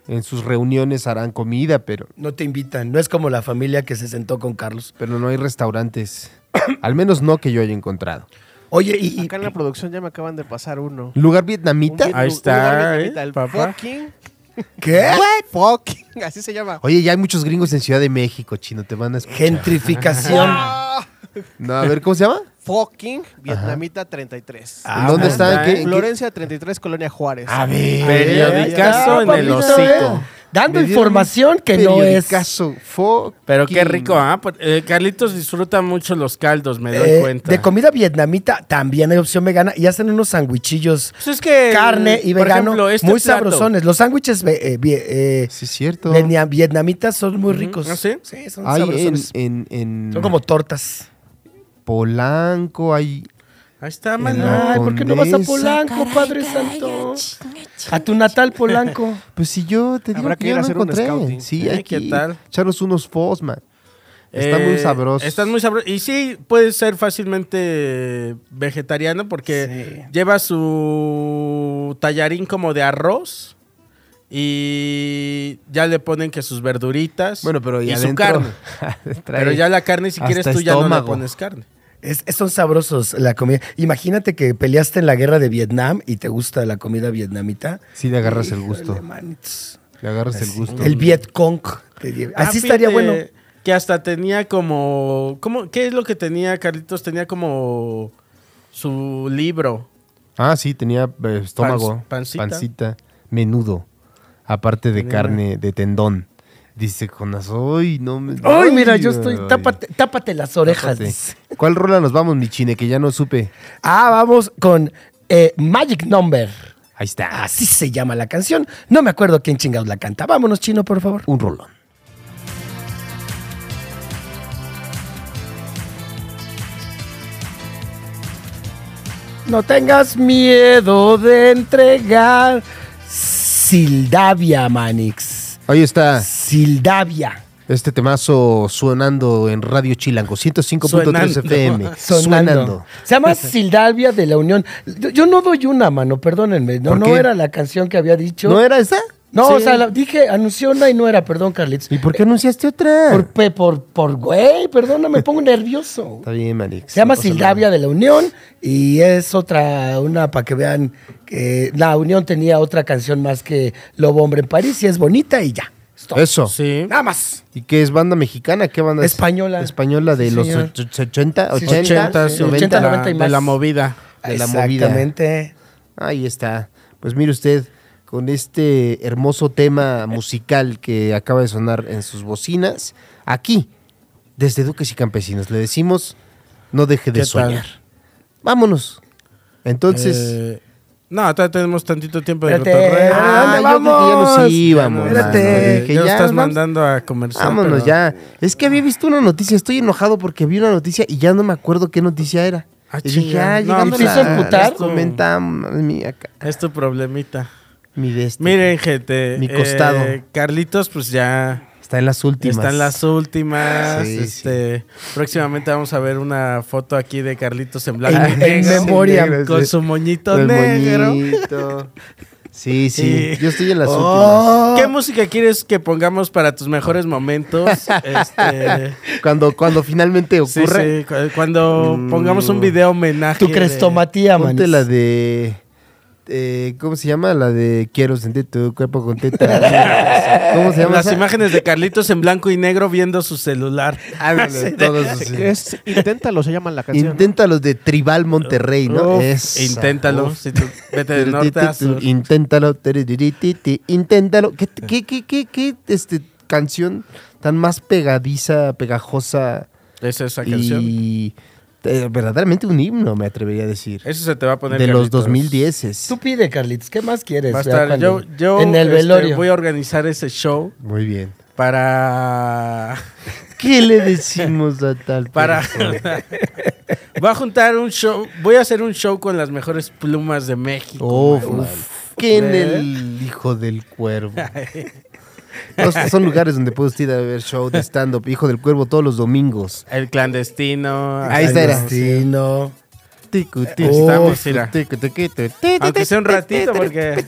[SPEAKER 6] en sus reuniones harán comida, pero
[SPEAKER 5] No te invitan. No es como la familia que se sentó con Carlos.
[SPEAKER 6] pero no hay restaurantes. Al menos no que yo haya encontrado.
[SPEAKER 5] Oye, y,
[SPEAKER 7] Acá en la producción ya me acaban de pasar uno.
[SPEAKER 6] Lugar vietnamita.
[SPEAKER 7] Un
[SPEAKER 3] Ahí
[SPEAKER 7] vietnu-
[SPEAKER 3] está,
[SPEAKER 7] un lugar
[SPEAKER 3] ¿eh,
[SPEAKER 7] vietnamita, el
[SPEAKER 3] papá?
[SPEAKER 7] Fucking,
[SPEAKER 6] ¿Eh?
[SPEAKER 5] ¿qué?
[SPEAKER 7] fucking, así se llama.
[SPEAKER 6] Oye, ya hay muchos gringos en Ciudad de México, chino, te van a escuchar.
[SPEAKER 5] Gentrificación.
[SPEAKER 6] No, a ver, ¿cómo se llama?
[SPEAKER 7] Fucking Vietnamita 33.
[SPEAKER 5] Ah,
[SPEAKER 6] ¿Dónde está?
[SPEAKER 3] manda,
[SPEAKER 6] ¿En qué- Eh,
[SPEAKER 3] eh.
[SPEAKER 6] en qué-
[SPEAKER 7] Florencia 33, Colonia Juárez.
[SPEAKER 6] A ver.
[SPEAKER 3] Periodicazo en el
[SPEAKER 5] papito,
[SPEAKER 3] hocico.
[SPEAKER 5] eh. Dando información que no es.
[SPEAKER 6] Periodicazo. Fo-
[SPEAKER 3] Pero qué
[SPEAKER 6] king.
[SPEAKER 3] rico, ¿ah? Por- eh, Carlitos disfruta mucho los caldos, me doy
[SPEAKER 5] Eh,
[SPEAKER 3] cuenta.
[SPEAKER 5] de comida vietnamita también hay opción vegana y hacen unos sándwichillos
[SPEAKER 3] Pues es que,
[SPEAKER 5] carne y
[SPEAKER 3] por
[SPEAKER 5] vegano
[SPEAKER 3] ejemplo, este
[SPEAKER 5] muy
[SPEAKER 3] plato.
[SPEAKER 5] sabrosones. Los sándwiches ve- eh, vie- eh,
[SPEAKER 6] Sí, es cierto.
[SPEAKER 5] vietnia- vietnamitas son muy ricos.
[SPEAKER 3] ¿Ah, sí?
[SPEAKER 5] son
[SPEAKER 6] Hay en,
[SPEAKER 5] sabrosones.
[SPEAKER 6] en, en
[SPEAKER 5] Son como tortas.
[SPEAKER 6] Polanco, hay...
[SPEAKER 3] Ahí está,
[SPEAKER 6] En
[SPEAKER 3] mano.
[SPEAKER 6] la
[SPEAKER 5] Ay, ¿por qué no vas a
[SPEAKER 6] Condesa.
[SPEAKER 5] Polanco, Padre Santo? A tu natal Polanco.
[SPEAKER 6] Pues si yo te digo
[SPEAKER 7] Habrá que
[SPEAKER 6] yo
[SPEAKER 7] ir a
[SPEAKER 6] no
[SPEAKER 7] hacer un
[SPEAKER 6] encontré.
[SPEAKER 7] scouting.
[SPEAKER 6] sí,
[SPEAKER 3] Eh,
[SPEAKER 6] hay
[SPEAKER 3] ¿qué
[SPEAKER 6] que
[SPEAKER 3] tal? Eh,
[SPEAKER 6] echarnos unos fosma. Están muy sabrosos.
[SPEAKER 3] Están muy sabrosos. Y sí, puede ser fácilmente vegetariano porque lleva su tallarín como de arroz y ya le ponen que sus verduritas
[SPEAKER 6] Bueno, pero y,
[SPEAKER 3] y su
[SPEAKER 6] adentro-
[SPEAKER 3] carne.
[SPEAKER 6] trae
[SPEAKER 3] Pero ya la carne, si
[SPEAKER 6] hasta
[SPEAKER 3] quieres, tú ya no le
[SPEAKER 6] estómago.
[SPEAKER 3] pones carne.
[SPEAKER 5] Es- es- son sabrosos la comida. Imagínate que peleaste en la guerra de Vietnam y te gusta la comida vietnamita.
[SPEAKER 6] Sí, le agarras el
[SPEAKER 5] Híjole,
[SPEAKER 6] gusto.
[SPEAKER 5] manitos.
[SPEAKER 6] Le agarras el gusto.
[SPEAKER 5] El Viet Cong. te lleva.
[SPEAKER 3] Ah,
[SPEAKER 5] Así estaría
[SPEAKER 3] fíjate
[SPEAKER 5] bueno.
[SPEAKER 3] Que hasta tenía como, como. ¿Qué es lo que tenía Carlitos? Tenía como su libro.
[SPEAKER 6] Ah, sí, tenía eh, estómago,
[SPEAKER 3] Pan- pancita.
[SPEAKER 6] pancita, menudo, aparte de carne de tendón. Dice Jonas, ¡ay, no me...
[SPEAKER 5] Ay, mira, yo estoy.
[SPEAKER 6] ay,
[SPEAKER 5] Tápate, tápate las orejas.
[SPEAKER 6] tápate".
[SPEAKER 5] dice.
[SPEAKER 6] ¿Cuál rola nos vamos, mi chine? Que ya no supe.
[SPEAKER 5] Ah, vamos con eh, Magic Number.
[SPEAKER 6] Ahí está.
[SPEAKER 5] Así se llama la canción. No me acuerdo quién chingados la canta. Vámonos, chino, por favor.
[SPEAKER 6] Un rolón.
[SPEAKER 5] No tengas miedo de entregar Sildavia, Manix.
[SPEAKER 6] Ahí está
[SPEAKER 5] Sildavia.
[SPEAKER 6] este temazo sonando en Radio Chilango, 105.3
[SPEAKER 3] Sonando.
[SPEAKER 6] FM.
[SPEAKER 5] Sonando.
[SPEAKER 6] Sonando.
[SPEAKER 5] Se llama Sildavia de la Unión. Yo, yo no doy una mano, perdónenme. No,
[SPEAKER 6] ¿Por
[SPEAKER 5] no
[SPEAKER 6] qué?
[SPEAKER 5] era la canción que había dicho.
[SPEAKER 6] ¿No era esa?
[SPEAKER 5] No,
[SPEAKER 6] Sí.
[SPEAKER 5] o sea, la- dije, anunció una y no era, perdón, Carlitos.
[SPEAKER 6] ¿Y por qué anunciaste otra?
[SPEAKER 5] Por, pe- por, por güey, perdóname, me pongo nervioso.
[SPEAKER 6] Está bien, Manix.
[SPEAKER 5] Se llama
[SPEAKER 6] no pasa
[SPEAKER 5] Sildavia de la Unión y es otra, una para que vean que la Unión tenía otra canción más que Lobo Hombre en París y es bonita y ya. Es todo.
[SPEAKER 6] nada. Eso.
[SPEAKER 3] Sí.
[SPEAKER 5] Nada más.
[SPEAKER 6] ¿Y qué es banda mexicana? ¿Qué banda es?
[SPEAKER 5] Española.
[SPEAKER 6] Española de
[SPEAKER 5] Sí,
[SPEAKER 6] los
[SPEAKER 5] señor.
[SPEAKER 6] och- och- 80,
[SPEAKER 5] Sí,
[SPEAKER 6] 80,
[SPEAKER 5] 80, sí.
[SPEAKER 6] 90.
[SPEAKER 5] 80, 90.
[SPEAKER 3] la-
[SPEAKER 5] y
[SPEAKER 3] de
[SPEAKER 5] más.
[SPEAKER 3] la movida.
[SPEAKER 6] De la
[SPEAKER 5] Exactamente.
[SPEAKER 6] Ahí está. Pues mire usted, con este hermoso tema musical que acaba de sonar en sus bocinas, aquí, desde Duques y Campesinos, le decimos, no deje
[SPEAKER 3] ¿Qué
[SPEAKER 6] de
[SPEAKER 3] tal?
[SPEAKER 6] soñar. Vámonos. Entonces...
[SPEAKER 3] Eh, no, todavía tenemos tantito tiempo de
[SPEAKER 5] Espérate.
[SPEAKER 3] retorreo.
[SPEAKER 5] Ah,
[SPEAKER 6] yo creo que
[SPEAKER 5] vamos?
[SPEAKER 6] Ya nos íbamos.
[SPEAKER 5] Espérate.
[SPEAKER 6] mano.
[SPEAKER 3] Ya
[SPEAKER 6] Dije,
[SPEAKER 3] lo
[SPEAKER 6] ya
[SPEAKER 3] estás
[SPEAKER 6] nos vamos.
[SPEAKER 3] mandando a comercial.
[SPEAKER 6] Vámonos
[SPEAKER 3] pero-
[SPEAKER 6] ya. Es que había visto una noticia. Estoy enojado porque vi una noticia y ya no me acuerdo qué noticia era.
[SPEAKER 3] Ah,
[SPEAKER 6] y dije,
[SPEAKER 3] chinga.
[SPEAKER 6] ah,
[SPEAKER 3] No,
[SPEAKER 6] llegando
[SPEAKER 5] ¿te
[SPEAKER 6] a
[SPEAKER 5] hizo
[SPEAKER 6] la-
[SPEAKER 5] emputar?
[SPEAKER 6] les comentamos, mi, acá,
[SPEAKER 3] Es tu problemita.
[SPEAKER 6] mi de este.
[SPEAKER 3] Miren, gente.
[SPEAKER 6] Mi costado.
[SPEAKER 3] Carlitos, pues ya
[SPEAKER 6] Está en las últimas.
[SPEAKER 3] están las últimas.
[SPEAKER 6] Sí,
[SPEAKER 3] este, Próximamente vamos a ver una foto aquí de Carlitos en blanco. y
[SPEAKER 5] En, en
[SPEAKER 3] negro,
[SPEAKER 5] memoria.
[SPEAKER 6] negro.
[SPEAKER 3] Con su moñito negro.
[SPEAKER 6] moñito. Sí, sí.
[SPEAKER 3] Y-
[SPEAKER 6] Yo estoy en las
[SPEAKER 5] Oh.
[SPEAKER 3] ¿Qué música quieres que pongamos para tus mejores momentos? Este,
[SPEAKER 6] últimas. Cuando, cuando finalmente
[SPEAKER 3] sí,
[SPEAKER 6] ocurra,
[SPEAKER 3] sí, cu- eh, cuando
[SPEAKER 6] Mm.
[SPEAKER 3] pongamos un video homenaje.
[SPEAKER 5] Tu
[SPEAKER 3] de-
[SPEAKER 5] crestomatía, man.
[SPEAKER 6] Ah, ponte la de... eh, ¿Cómo se llama? La de quiero sentir tu cuerpo con teta. ¿Cómo se llama?
[SPEAKER 3] Las
[SPEAKER 6] esa?
[SPEAKER 3] imágenes de Carlitos en blanco y negro viendo su celular.
[SPEAKER 6] Ándale, todos así.
[SPEAKER 7] Es, inténtalo, se llama la canción.
[SPEAKER 6] Inténtalos de Tribal Monterrey, ¿no?
[SPEAKER 3] Uf,
[SPEAKER 6] Esa,
[SPEAKER 3] Inténtalo.
[SPEAKER 6] uf.
[SPEAKER 3] si tú- vete de norte a sur.
[SPEAKER 6] Inténtalo. tiriririti, Inténtalo. ¿Qué, qué, qué, qué, qué, este, canción tan más pegadiza, pegajosa
[SPEAKER 3] Es esa canción.
[SPEAKER 6] y eh, verdaderamente un himno, me atrevería a decir.
[SPEAKER 3] Eso se te va a Eh, poner.
[SPEAKER 6] De los
[SPEAKER 3] Carlitos.
[SPEAKER 6] 2010.
[SPEAKER 5] Tú pide, Carlitos. ¿Qué más quieres?
[SPEAKER 3] Va a
[SPEAKER 5] Ya
[SPEAKER 3] estar-
[SPEAKER 5] cuando-
[SPEAKER 3] yo, yo,
[SPEAKER 5] en el
[SPEAKER 3] este,
[SPEAKER 5] velorio.
[SPEAKER 3] voy a organizar ese show
[SPEAKER 6] Muy bien.
[SPEAKER 3] para.
[SPEAKER 6] ¿Qué le decimos a tal
[SPEAKER 3] Para.
[SPEAKER 6] persona?
[SPEAKER 3] voy a juntar un show. Voy a hacer un show con las mejores plumas de México.
[SPEAKER 6] Uf,
[SPEAKER 3] man. ¿Eh?
[SPEAKER 6] uf, que en el hijo del cuervo. No, son lugares donde puede usted ir a ver show de stand-up, hijo del cuervo, todos los domingos.
[SPEAKER 3] El clandestino.
[SPEAKER 6] Ahí está, era.
[SPEAKER 5] Destino.
[SPEAKER 6] Ticu, ticu,
[SPEAKER 3] estamos,
[SPEAKER 6] ticu,
[SPEAKER 3] mira.
[SPEAKER 6] ticu, ticu, ticu.
[SPEAKER 3] Aunque sea un ratito, porque.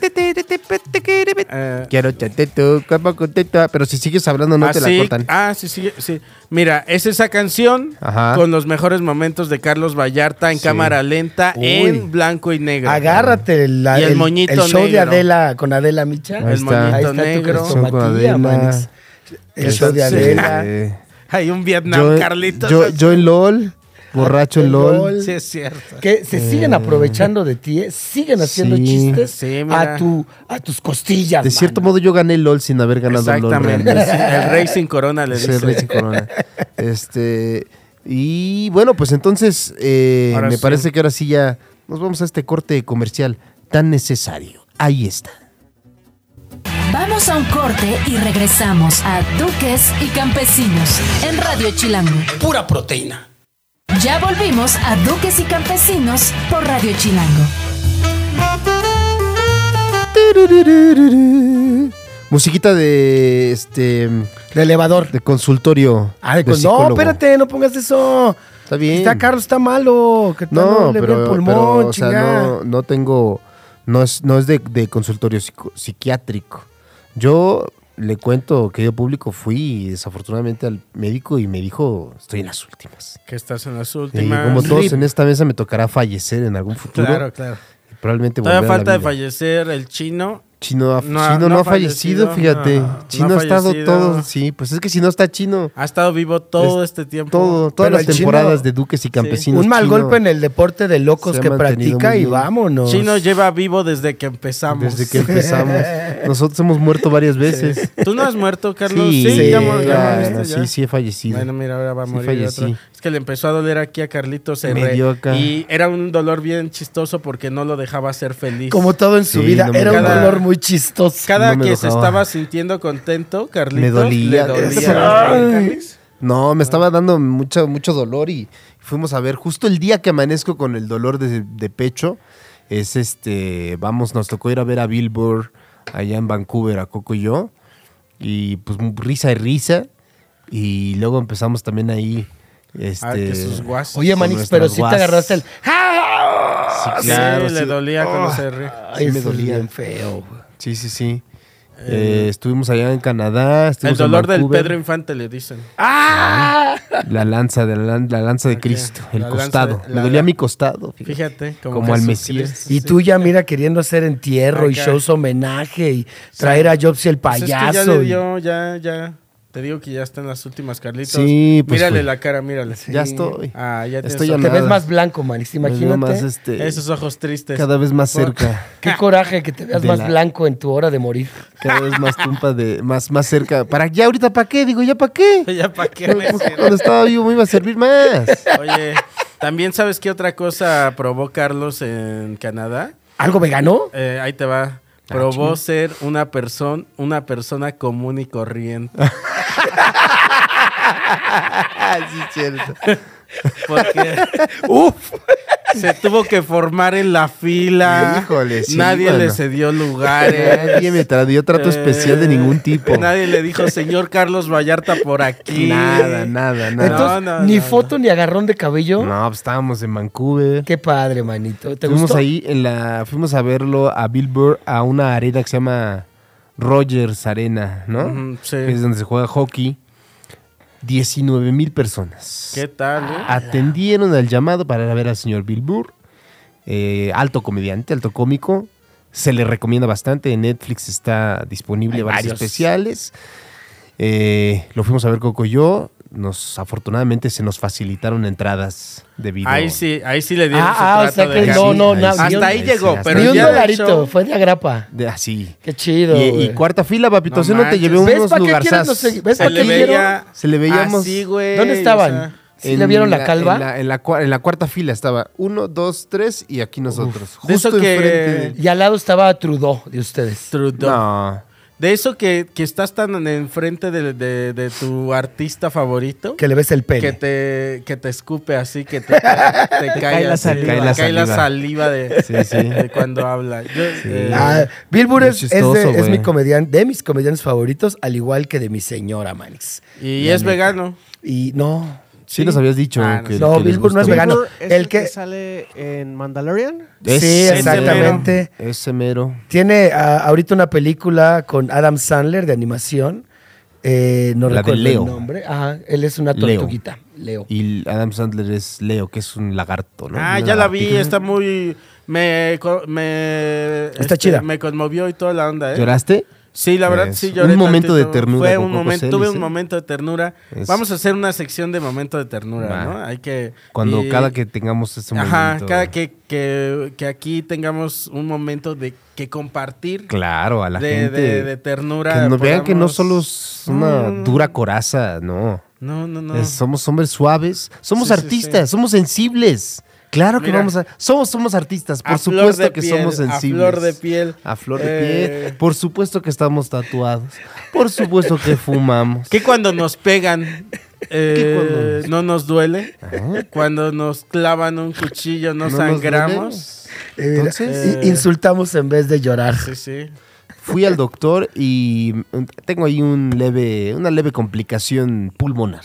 [SPEAKER 3] eh,
[SPEAKER 6] Quiero chate tu cuerpo con teta, pero si sigues hablando no te
[SPEAKER 3] así-
[SPEAKER 6] la cortan.
[SPEAKER 3] ah, sí, sí, sí. Mira, es esa canción
[SPEAKER 6] Ajá.
[SPEAKER 3] con los mejores momentos de Carlos Vallarta en
[SPEAKER 6] Sí.
[SPEAKER 3] cámara lenta, en blanco y negro.
[SPEAKER 5] Agárrate la-
[SPEAKER 3] Y el
[SPEAKER 5] el,
[SPEAKER 3] moñito
[SPEAKER 5] el show de
[SPEAKER 3] negro.
[SPEAKER 5] Adela con Adela Micha.
[SPEAKER 6] Ahí
[SPEAKER 3] El
[SPEAKER 6] está.
[SPEAKER 5] Ahí
[SPEAKER 3] monito
[SPEAKER 5] está tu
[SPEAKER 3] negro.
[SPEAKER 6] Show con
[SPEAKER 5] crestomatía,
[SPEAKER 6] Adela.
[SPEAKER 5] Manix. El show de
[SPEAKER 6] Sí.
[SPEAKER 5] Adela.
[SPEAKER 6] Este, Eh,
[SPEAKER 3] Hay un Vietnam,
[SPEAKER 6] Yo,
[SPEAKER 3] Carlitos.
[SPEAKER 6] yo, yo en LOL, borracho en
[SPEAKER 5] En
[SPEAKER 6] LOL.
[SPEAKER 5] LOL.
[SPEAKER 3] Sí, es cierto.
[SPEAKER 5] que se siguen aprovechando de ti, ¿eh? siguen haciendo
[SPEAKER 6] Eh. Sí.
[SPEAKER 5] chistes
[SPEAKER 3] Sí, mira.
[SPEAKER 5] a, tu, a tus costillas.
[SPEAKER 6] De cierto
[SPEAKER 5] mano.
[SPEAKER 6] modo yo gané LOL sin haber ganado LOL.
[SPEAKER 3] Exactamente.
[SPEAKER 6] realmente.
[SPEAKER 3] el rey sin corona le
[SPEAKER 6] Es el
[SPEAKER 3] dice.
[SPEAKER 6] Racing Corona. Este. Y bueno, pues entonces eh,
[SPEAKER 3] Ahora
[SPEAKER 6] me
[SPEAKER 3] sí.
[SPEAKER 6] parece que ahora sí ya nos vamos a este corte comercial tan necesario. Ahí está.
[SPEAKER 1] Vamos a un corte y regresamos a Duques y Campesinos en Radio Chilango.
[SPEAKER 2] Pura proteína.
[SPEAKER 1] Ya volvimos a Duques y Campesinos por Radio Chilango.
[SPEAKER 6] Musiquita de este
[SPEAKER 5] De elevador.
[SPEAKER 6] de consultorio.
[SPEAKER 5] Ah, de
[SPEAKER 6] de
[SPEAKER 5] con- no,
[SPEAKER 6] psicólogo.
[SPEAKER 5] espérate, no pongas eso.
[SPEAKER 6] Está bien.
[SPEAKER 5] Está Carlos, está malo. Que
[SPEAKER 6] No,
[SPEAKER 5] no, le ve
[SPEAKER 6] pero,
[SPEAKER 5] el pulmón,
[SPEAKER 6] pero, o sea,
[SPEAKER 5] chingada.
[SPEAKER 6] no, no tengo. No es, no es de, de consultorio psico- psiquiátrico. Yo le cuento, querido público, fui desafortunadamente al médico y me dijo: Estoy en las últimas.
[SPEAKER 3] Que estás en las
[SPEAKER 6] Y
[SPEAKER 3] últimas.
[SPEAKER 6] como todos
[SPEAKER 3] Rip.
[SPEAKER 6] en esta mesa, me tocará fallecer en algún futuro.
[SPEAKER 3] Claro, claro.
[SPEAKER 6] Y Probablemente
[SPEAKER 3] Todavía
[SPEAKER 6] volver a la
[SPEAKER 3] falta de
[SPEAKER 6] vida.
[SPEAKER 3] fallecer el chino.
[SPEAKER 6] Chino, ha-
[SPEAKER 3] No ha-
[SPEAKER 6] chino no,
[SPEAKER 3] no
[SPEAKER 6] ha fallecido,
[SPEAKER 3] fallecido,
[SPEAKER 6] fíjate.
[SPEAKER 3] no, no
[SPEAKER 6] chino
[SPEAKER 3] ha
[SPEAKER 6] ha estado
[SPEAKER 3] fallecido.
[SPEAKER 6] todo. Sí, pues es que si no está chino,
[SPEAKER 3] Ha estado vivo todo este tiempo.
[SPEAKER 6] todo, todas
[SPEAKER 5] Pero
[SPEAKER 6] las
[SPEAKER 5] el chino-
[SPEAKER 6] temporadas de Duques y Campesinos.
[SPEAKER 5] Un mal
[SPEAKER 6] Chino-
[SPEAKER 5] golpe en el deporte de locos
[SPEAKER 6] se ha
[SPEAKER 5] que
[SPEAKER 6] mantenido
[SPEAKER 5] practica
[SPEAKER 6] muy
[SPEAKER 5] y
[SPEAKER 6] bien.
[SPEAKER 5] vámonos.
[SPEAKER 3] Chino lleva vivo desde que empezamos.
[SPEAKER 6] Desde que empezamos. Nosotros hemos muerto varias veces.
[SPEAKER 3] ¿Tú no has muerto, Carlos?
[SPEAKER 5] sí,
[SPEAKER 3] ya, mu- ya
[SPEAKER 6] claro,
[SPEAKER 3] moriste, ya.
[SPEAKER 6] sí, sí he fallecido.
[SPEAKER 3] Bueno, mira, ahora va a
[SPEAKER 6] Sí
[SPEAKER 3] morir
[SPEAKER 6] fallecí.
[SPEAKER 3] otro. Es que le empezó a doler aquí a Carlitos
[SPEAKER 6] Me
[SPEAKER 3] R.
[SPEAKER 6] dio acá.
[SPEAKER 3] Y era un dolor bien chistoso porque no lo dejaba ser feliz.
[SPEAKER 5] Como todo en su
[SPEAKER 6] Sí,
[SPEAKER 5] vida,
[SPEAKER 6] no me
[SPEAKER 5] era un
[SPEAKER 3] cada-
[SPEAKER 5] dolor muy chistoso.
[SPEAKER 3] Cada
[SPEAKER 6] no me
[SPEAKER 3] que se
[SPEAKER 6] enojaba.
[SPEAKER 3] estaba sintiendo contento, Carlitos,
[SPEAKER 6] Me dolía.
[SPEAKER 3] le dolía.
[SPEAKER 6] Ay. No,
[SPEAKER 3] Ah.
[SPEAKER 6] me estaba dando mucho, mucho dolor y fuimos a ver. Justo el día que amanezco con el dolor de, de pecho, es este. Vamos, nos tocó ir a ver a Billboard allá en Vancouver, a Coco y yo. Y pues risa y risa. Y luego empezamos también ahí. Este,
[SPEAKER 3] Ah, que sus guasos.
[SPEAKER 5] Oye,
[SPEAKER 6] con
[SPEAKER 5] Manix,
[SPEAKER 6] nuestras
[SPEAKER 5] pero si te
[SPEAKER 6] guas.
[SPEAKER 5] agarraste el.
[SPEAKER 6] Sí,
[SPEAKER 3] Sí,
[SPEAKER 6] claro,
[SPEAKER 3] le
[SPEAKER 6] sí.
[SPEAKER 3] dolía cuando
[SPEAKER 6] Ah.
[SPEAKER 3] se ríe.
[SPEAKER 5] Ay, eso
[SPEAKER 6] me
[SPEAKER 5] es
[SPEAKER 6] dolía.
[SPEAKER 5] bien feo. güey.
[SPEAKER 6] Sí, sí, sí. Eh, estuvimos allá en Canadá.
[SPEAKER 3] El
[SPEAKER 6] estuvimos en
[SPEAKER 3] dolor del
[SPEAKER 6] Vancouver.
[SPEAKER 3] Pedro Infante, le dicen.
[SPEAKER 5] ¡Ah!
[SPEAKER 6] La lanza, de la, lan- la lanza de Cristo, el
[SPEAKER 3] La lanza
[SPEAKER 6] costado.
[SPEAKER 3] de-
[SPEAKER 6] Me
[SPEAKER 3] la-
[SPEAKER 6] dolía mi costado.
[SPEAKER 3] Fíjate. Como,
[SPEAKER 6] Como al
[SPEAKER 3] Jesucristo.
[SPEAKER 6] Mesías.
[SPEAKER 5] Y tú ya, mira, queriendo hacer entierro y
[SPEAKER 3] Acá.
[SPEAKER 5] shows homenaje y traer a Jobs y el
[SPEAKER 3] Pues es que
[SPEAKER 5] payaso.
[SPEAKER 3] ya le
[SPEAKER 5] y-
[SPEAKER 3] dio, ya, ya. Te digo que ya están las últimas, Carlitos.
[SPEAKER 6] Sí, pues,
[SPEAKER 3] Mírale
[SPEAKER 6] güey.
[SPEAKER 3] la cara, mírale.
[SPEAKER 6] Ya estoy.
[SPEAKER 3] Ah, ya tienes
[SPEAKER 6] estoy
[SPEAKER 3] otro-
[SPEAKER 5] Te ves
[SPEAKER 6] nada.
[SPEAKER 5] más blanco, Manix,
[SPEAKER 6] Me veo
[SPEAKER 5] imagínate.
[SPEAKER 6] más, este,
[SPEAKER 3] Esos ojos tristes.
[SPEAKER 6] cada vez más
[SPEAKER 3] Por-
[SPEAKER 6] cerca.
[SPEAKER 5] Qué coraje que te veas
[SPEAKER 6] De
[SPEAKER 5] más
[SPEAKER 6] la-
[SPEAKER 5] blanco en tu hora de morir.
[SPEAKER 6] Cada vez más tumpa de. Más, más cerca. Para ya ahorita para qué, digo, ya para qué. Pues,
[SPEAKER 3] ya para qué me sirve.
[SPEAKER 6] Cuando estaba vivo me iba a servir más.
[SPEAKER 3] Oye, también sabes qué otra cosa probó Carlos en Canadá.
[SPEAKER 5] ¿Algo vegano?
[SPEAKER 3] Eh, ahí te
[SPEAKER 6] Ah,
[SPEAKER 3] va. Probó ser una persona, una persona común y corriente. Ah,
[SPEAKER 6] sí, cierto.
[SPEAKER 3] Porque se tuvo que formar en la fila.
[SPEAKER 6] Híjole, sí,
[SPEAKER 3] Nadie le
[SPEAKER 6] mano.
[SPEAKER 3] cedió lugares.
[SPEAKER 6] Nadie me tra- dio trato
[SPEAKER 3] Eh,
[SPEAKER 6] especial de ningún tipo.
[SPEAKER 3] Nadie le dijo, señor Carlos Vallarta por aquí.
[SPEAKER 6] Nada, nada, nada.
[SPEAKER 5] Entonces,
[SPEAKER 3] no,
[SPEAKER 5] ni
[SPEAKER 3] no,
[SPEAKER 5] foto ni agarrón de cabello.
[SPEAKER 6] No, pues, estábamos en Vancouver.
[SPEAKER 5] Qué padre, manito. ¿Te
[SPEAKER 6] fuimos
[SPEAKER 5] gustó?
[SPEAKER 6] ahí en la fuimos a verlo a Billboard a una arena que se llama Rogers Arena, ¿no?
[SPEAKER 3] Ujú, sí.
[SPEAKER 6] Que es donde se juega hockey. 19 mil personas.
[SPEAKER 3] ¿Qué tal, eh?
[SPEAKER 6] Ah, Atendieron al llamado para ir a ver al señor Billboard. Eh, alto comediante, alto cómico. Se le recomienda bastante. En Netflix está disponible
[SPEAKER 5] Hay
[SPEAKER 6] varios,
[SPEAKER 5] varios.
[SPEAKER 6] especiales. Eh, lo fuimos a ver Coco y yo. Nos, afortunadamente se nos facilitaron entradas de video.
[SPEAKER 3] Ahí sí, ahí sí le dieron
[SPEAKER 5] Ah,
[SPEAKER 3] su
[SPEAKER 5] ah, o
[SPEAKER 3] trato
[SPEAKER 5] sea
[SPEAKER 3] de
[SPEAKER 5] que
[SPEAKER 3] Carlos.
[SPEAKER 5] no, no, no,
[SPEAKER 6] Sí, sí,
[SPEAKER 5] ni
[SPEAKER 3] Hasta
[SPEAKER 5] un-
[SPEAKER 3] ahí
[SPEAKER 6] sí,
[SPEAKER 3] llegó,
[SPEAKER 6] sí,
[SPEAKER 3] pero
[SPEAKER 5] ni un
[SPEAKER 3] ya del
[SPEAKER 5] dolarito,
[SPEAKER 3] show-
[SPEAKER 5] fue de agrapa.
[SPEAKER 6] De- así.
[SPEAKER 5] Qué chido.
[SPEAKER 6] Y- Y,
[SPEAKER 5] güey.
[SPEAKER 6] cuarta fila, papito.
[SPEAKER 3] No
[SPEAKER 6] si no te
[SPEAKER 3] manches.
[SPEAKER 6] llevé
[SPEAKER 5] ¿Ves
[SPEAKER 6] unos
[SPEAKER 5] pa' qué quieren
[SPEAKER 6] lugares.
[SPEAKER 5] los segui- ves
[SPEAKER 3] Se
[SPEAKER 5] pa'
[SPEAKER 3] le
[SPEAKER 5] qué quiero?
[SPEAKER 3] veía
[SPEAKER 6] Se le veíamos.
[SPEAKER 3] así, güey.
[SPEAKER 5] ¿Dónde
[SPEAKER 3] o
[SPEAKER 5] estaban?
[SPEAKER 3] sea,
[SPEAKER 5] ¿Sí le vieron la, calva?
[SPEAKER 6] En la, en la cua- en la cuarta fila estaba uno, dos, tres y aquí nosotros.
[SPEAKER 3] de eso
[SPEAKER 6] justo
[SPEAKER 3] que-
[SPEAKER 6] enfrente de-
[SPEAKER 5] Y al lado estaba Trudeau de ustedes.
[SPEAKER 3] Trudeau.
[SPEAKER 6] No.
[SPEAKER 3] De eso que, que estás tan en- enfrente de, de- de tu artista favorito.
[SPEAKER 5] Que le ves el
[SPEAKER 3] Que
[SPEAKER 5] pene.
[SPEAKER 3] te, que te escupe así, que te, te cae,
[SPEAKER 6] la
[SPEAKER 3] así, te
[SPEAKER 6] saliva. Cae la
[SPEAKER 3] cae la
[SPEAKER 6] saliva.
[SPEAKER 3] saliva de,
[SPEAKER 6] Sí, sí.
[SPEAKER 3] de cuando habla. Yo, eh,
[SPEAKER 5] Ah, Bill Burr
[SPEAKER 6] Muy
[SPEAKER 5] es, es de-
[SPEAKER 6] chistoso,
[SPEAKER 5] es mi
[SPEAKER 6] güey.
[SPEAKER 5] comediante, de mis comediantes favoritos, al igual que de mi señora Manix.
[SPEAKER 3] y es vegano.
[SPEAKER 5] Y no,
[SPEAKER 6] Sí, nos habías dicho
[SPEAKER 3] Ah, no.
[SPEAKER 6] que.
[SPEAKER 5] No,
[SPEAKER 6] que les
[SPEAKER 5] Bill Burr no es
[SPEAKER 6] gusta.
[SPEAKER 5] vegano.
[SPEAKER 7] Gilbert
[SPEAKER 5] El
[SPEAKER 7] es el,
[SPEAKER 5] que-
[SPEAKER 7] que sale en Mandalorian.
[SPEAKER 5] Sí,
[SPEAKER 6] Ese
[SPEAKER 5] exactamente.
[SPEAKER 6] mero. Ese mero.
[SPEAKER 5] Tiene ah, ahorita una película con Adam Sandler de animación. Eh, no
[SPEAKER 6] La de
[SPEAKER 5] recuerdo
[SPEAKER 6] Leo.
[SPEAKER 5] el nombre. Ajá, él es una
[SPEAKER 6] Leo.
[SPEAKER 5] tortuguita. Leo.
[SPEAKER 6] Y Adam Sandler es Leo, que es un lagarto, ¿no?
[SPEAKER 3] Ah,
[SPEAKER 6] Una
[SPEAKER 3] ya la vi,
[SPEAKER 6] lagartija.
[SPEAKER 3] está muy... Me, co- me, este,
[SPEAKER 5] Está chida.
[SPEAKER 3] Me conmovió y toda la onda, ¿eh?
[SPEAKER 6] ¿Lloraste?
[SPEAKER 3] Sí, la verdad,
[SPEAKER 6] Eso.
[SPEAKER 3] sí lloré.
[SPEAKER 6] Un momento de ternura
[SPEAKER 3] Fue
[SPEAKER 6] con
[SPEAKER 3] un
[SPEAKER 6] Coco
[SPEAKER 3] momento,
[SPEAKER 6] Celis,
[SPEAKER 3] tuve
[SPEAKER 6] ¿eh?
[SPEAKER 3] un momento de ternura.
[SPEAKER 6] Eso.
[SPEAKER 3] Vamos a hacer una sección de momento de ternura,
[SPEAKER 6] Va.
[SPEAKER 3] ¿no? Hay que...
[SPEAKER 6] Cuando
[SPEAKER 3] y-
[SPEAKER 6] cada que tengamos ese momento.
[SPEAKER 3] Ajá, cada que, que, que aquí tengamos un momento de que compartir
[SPEAKER 6] Claro, a la
[SPEAKER 3] de,
[SPEAKER 6] gente.
[SPEAKER 3] de- de ternura.
[SPEAKER 6] que nos vean que no
[SPEAKER 3] podamos-
[SPEAKER 6] solo es una
[SPEAKER 3] Mm.
[SPEAKER 6] dura coraza, no.
[SPEAKER 3] No, no, no.
[SPEAKER 6] Es- somos hombres suaves, somos
[SPEAKER 3] Sí, sí,
[SPEAKER 6] artistas,
[SPEAKER 3] sí.
[SPEAKER 6] somos sensibles. Claro que
[SPEAKER 3] Mira.
[SPEAKER 6] vamos a. Somos, somos artistas, por
[SPEAKER 3] A flor
[SPEAKER 6] supuesto
[SPEAKER 3] de
[SPEAKER 6] que
[SPEAKER 3] piel,
[SPEAKER 6] somos sensibles.
[SPEAKER 3] A flor de piel.
[SPEAKER 6] A flor de
[SPEAKER 3] Eh,
[SPEAKER 6] piel. Por supuesto que estamos tatuados. Por supuesto que fumamos.
[SPEAKER 3] Que cuando nos pegan eh, no nos duele. Cuando nos clavan un cuchillo no,
[SPEAKER 6] ¿No nos
[SPEAKER 3] sangramos.
[SPEAKER 5] Eh, mira,
[SPEAKER 6] Entonces-
[SPEAKER 5] i- insultamos en vez de llorar.
[SPEAKER 3] Sí, sí.
[SPEAKER 6] Fui al doctor y mm, tengo ahí un leve, una leve complicación pulmonar.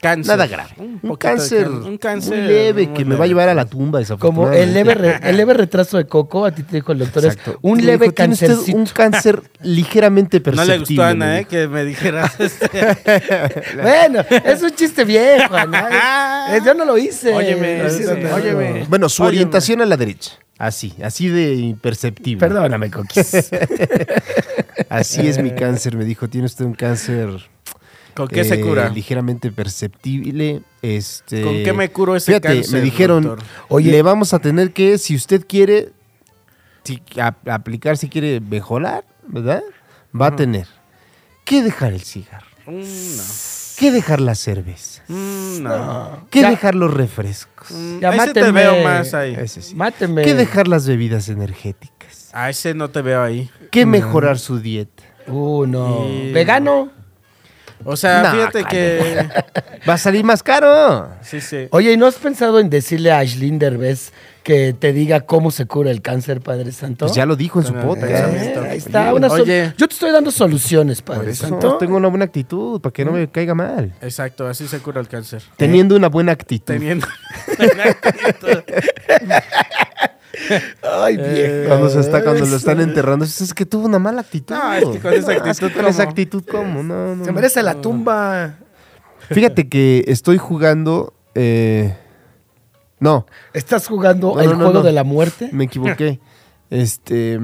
[SPEAKER 3] Cáncer.
[SPEAKER 6] Nada grave. Un,
[SPEAKER 3] poquito de
[SPEAKER 6] cáncer,
[SPEAKER 3] can- un cáncer
[SPEAKER 6] muy leve
[SPEAKER 3] muy
[SPEAKER 6] que me va a
[SPEAKER 3] leve.
[SPEAKER 6] llevar a la tumba,
[SPEAKER 5] Como el
[SPEAKER 6] desafortunadamente.
[SPEAKER 5] leve, re- el leve retraso de Coco, a ti te dijo el doctor, es
[SPEAKER 6] Exacto.
[SPEAKER 5] un
[SPEAKER 6] Me
[SPEAKER 5] leve
[SPEAKER 6] dijo, "Tiene usted
[SPEAKER 5] cáncercito.
[SPEAKER 6] Un cáncer ligeramente
[SPEAKER 3] No
[SPEAKER 6] perceptible.
[SPEAKER 3] le gustó a
[SPEAKER 6] me
[SPEAKER 3] Ana, ¿eh?
[SPEAKER 6] dijo.
[SPEAKER 3] Que me dijeras. este,
[SPEAKER 5] Bueno, es un chiste viejo, Ana. Es- Yo no lo hice.
[SPEAKER 7] Óyeme,
[SPEAKER 5] No hice
[SPEAKER 7] óyeme,
[SPEAKER 5] nada.
[SPEAKER 7] óyeme.
[SPEAKER 6] Bueno, su orientación a la derecha. Así, así de imperceptible.
[SPEAKER 5] Perdóname, Coquis.
[SPEAKER 6] Así es mi cáncer, me dijo. Tiene usted un cáncer.
[SPEAKER 3] ¿Con qué
[SPEAKER 6] eh,
[SPEAKER 3] se cura?
[SPEAKER 6] Ligeramente perceptible. Este,
[SPEAKER 3] ¿Con qué me curo ese
[SPEAKER 6] fíjate,
[SPEAKER 3] cáncer,
[SPEAKER 6] Me dijeron,
[SPEAKER 3] doctor?
[SPEAKER 5] Oye.
[SPEAKER 6] le vamos a tener que, si usted quiere si- a- aplicar, si quiere mejorar, ¿verdad? Va a tener que dejar el cigarro,
[SPEAKER 3] Mm, no.
[SPEAKER 6] que dejar la cerveza,
[SPEAKER 3] Mm, no.
[SPEAKER 6] que
[SPEAKER 5] Ya.
[SPEAKER 6] dejar los refrescos,
[SPEAKER 3] Mm,
[SPEAKER 5] Ya
[SPEAKER 3] a ese te
[SPEAKER 5] máteme.
[SPEAKER 3] veo más ahí.
[SPEAKER 6] ese sí.
[SPEAKER 5] Máteme.
[SPEAKER 6] que dejar las bebidas energéticas,
[SPEAKER 3] A ese no te veo ahí.
[SPEAKER 7] Mm.
[SPEAKER 6] que mejorar su dieta.
[SPEAKER 5] Uh, no.
[SPEAKER 3] Y-
[SPEAKER 5] Vegano.
[SPEAKER 3] O sea,
[SPEAKER 6] No,
[SPEAKER 3] fíjate que.
[SPEAKER 6] Va a salir más caro.
[SPEAKER 3] Sí, sí.
[SPEAKER 5] Oye, ¿y no has pensado en decirle a Ashlyn Derbez que te diga cómo se cura el cáncer, Padre Santo?
[SPEAKER 6] Pues ya lo dijo en su
[SPEAKER 3] Con el
[SPEAKER 6] podcast.
[SPEAKER 5] Eh,
[SPEAKER 3] pensamiento.
[SPEAKER 5] ahí está. una sol-
[SPEAKER 3] Oye.
[SPEAKER 5] Yo te estoy dando soluciones,
[SPEAKER 6] Por
[SPEAKER 3] Pues
[SPEAKER 5] Padre
[SPEAKER 6] eso
[SPEAKER 5] Santo.
[SPEAKER 6] tengo una buena actitud, para que no
[SPEAKER 3] Mm.
[SPEAKER 6] me caiga mal.
[SPEAKER 3] Exacto, así se cura el cáncer.
[SPEAKER 6] Teniendo una buena actitud.
[SPEAKER 3] Teniendo.
[SPEAKER 5] Ay,
[SPEAKER 3] Eh,
[SPEAKER 5] viejo.
[SPEAKER 6] Cuando se está, cuando lo están enterrando, dices, es que tuvo una mala actitud.
[SPEAKER 3] No, es que con esa actitud,
[SPEAKER 6] es que con
[SPEAKER 3] ¿cómo?
[SPEAKER 6] esa actitud, ¿cómo? No, no,
[SPEAKER 5] Se
[SPEAKER 6] no.
[SPEAKER 5] merece la tumba.
[SPEAKER 6] Fíjate que estoy jugando. eh, No,
[SPEAKER 5] ¿Estás jugando
[SPEAKER 6] No,
[SPEAKER 5] el
[SPEAKER 6] no, no,
[SPEAKER 5] juego
[SPEAKER 6] no.
[SPEAKER 5] de la muerte?
[SPEAKER 6] me equivoqué. Este.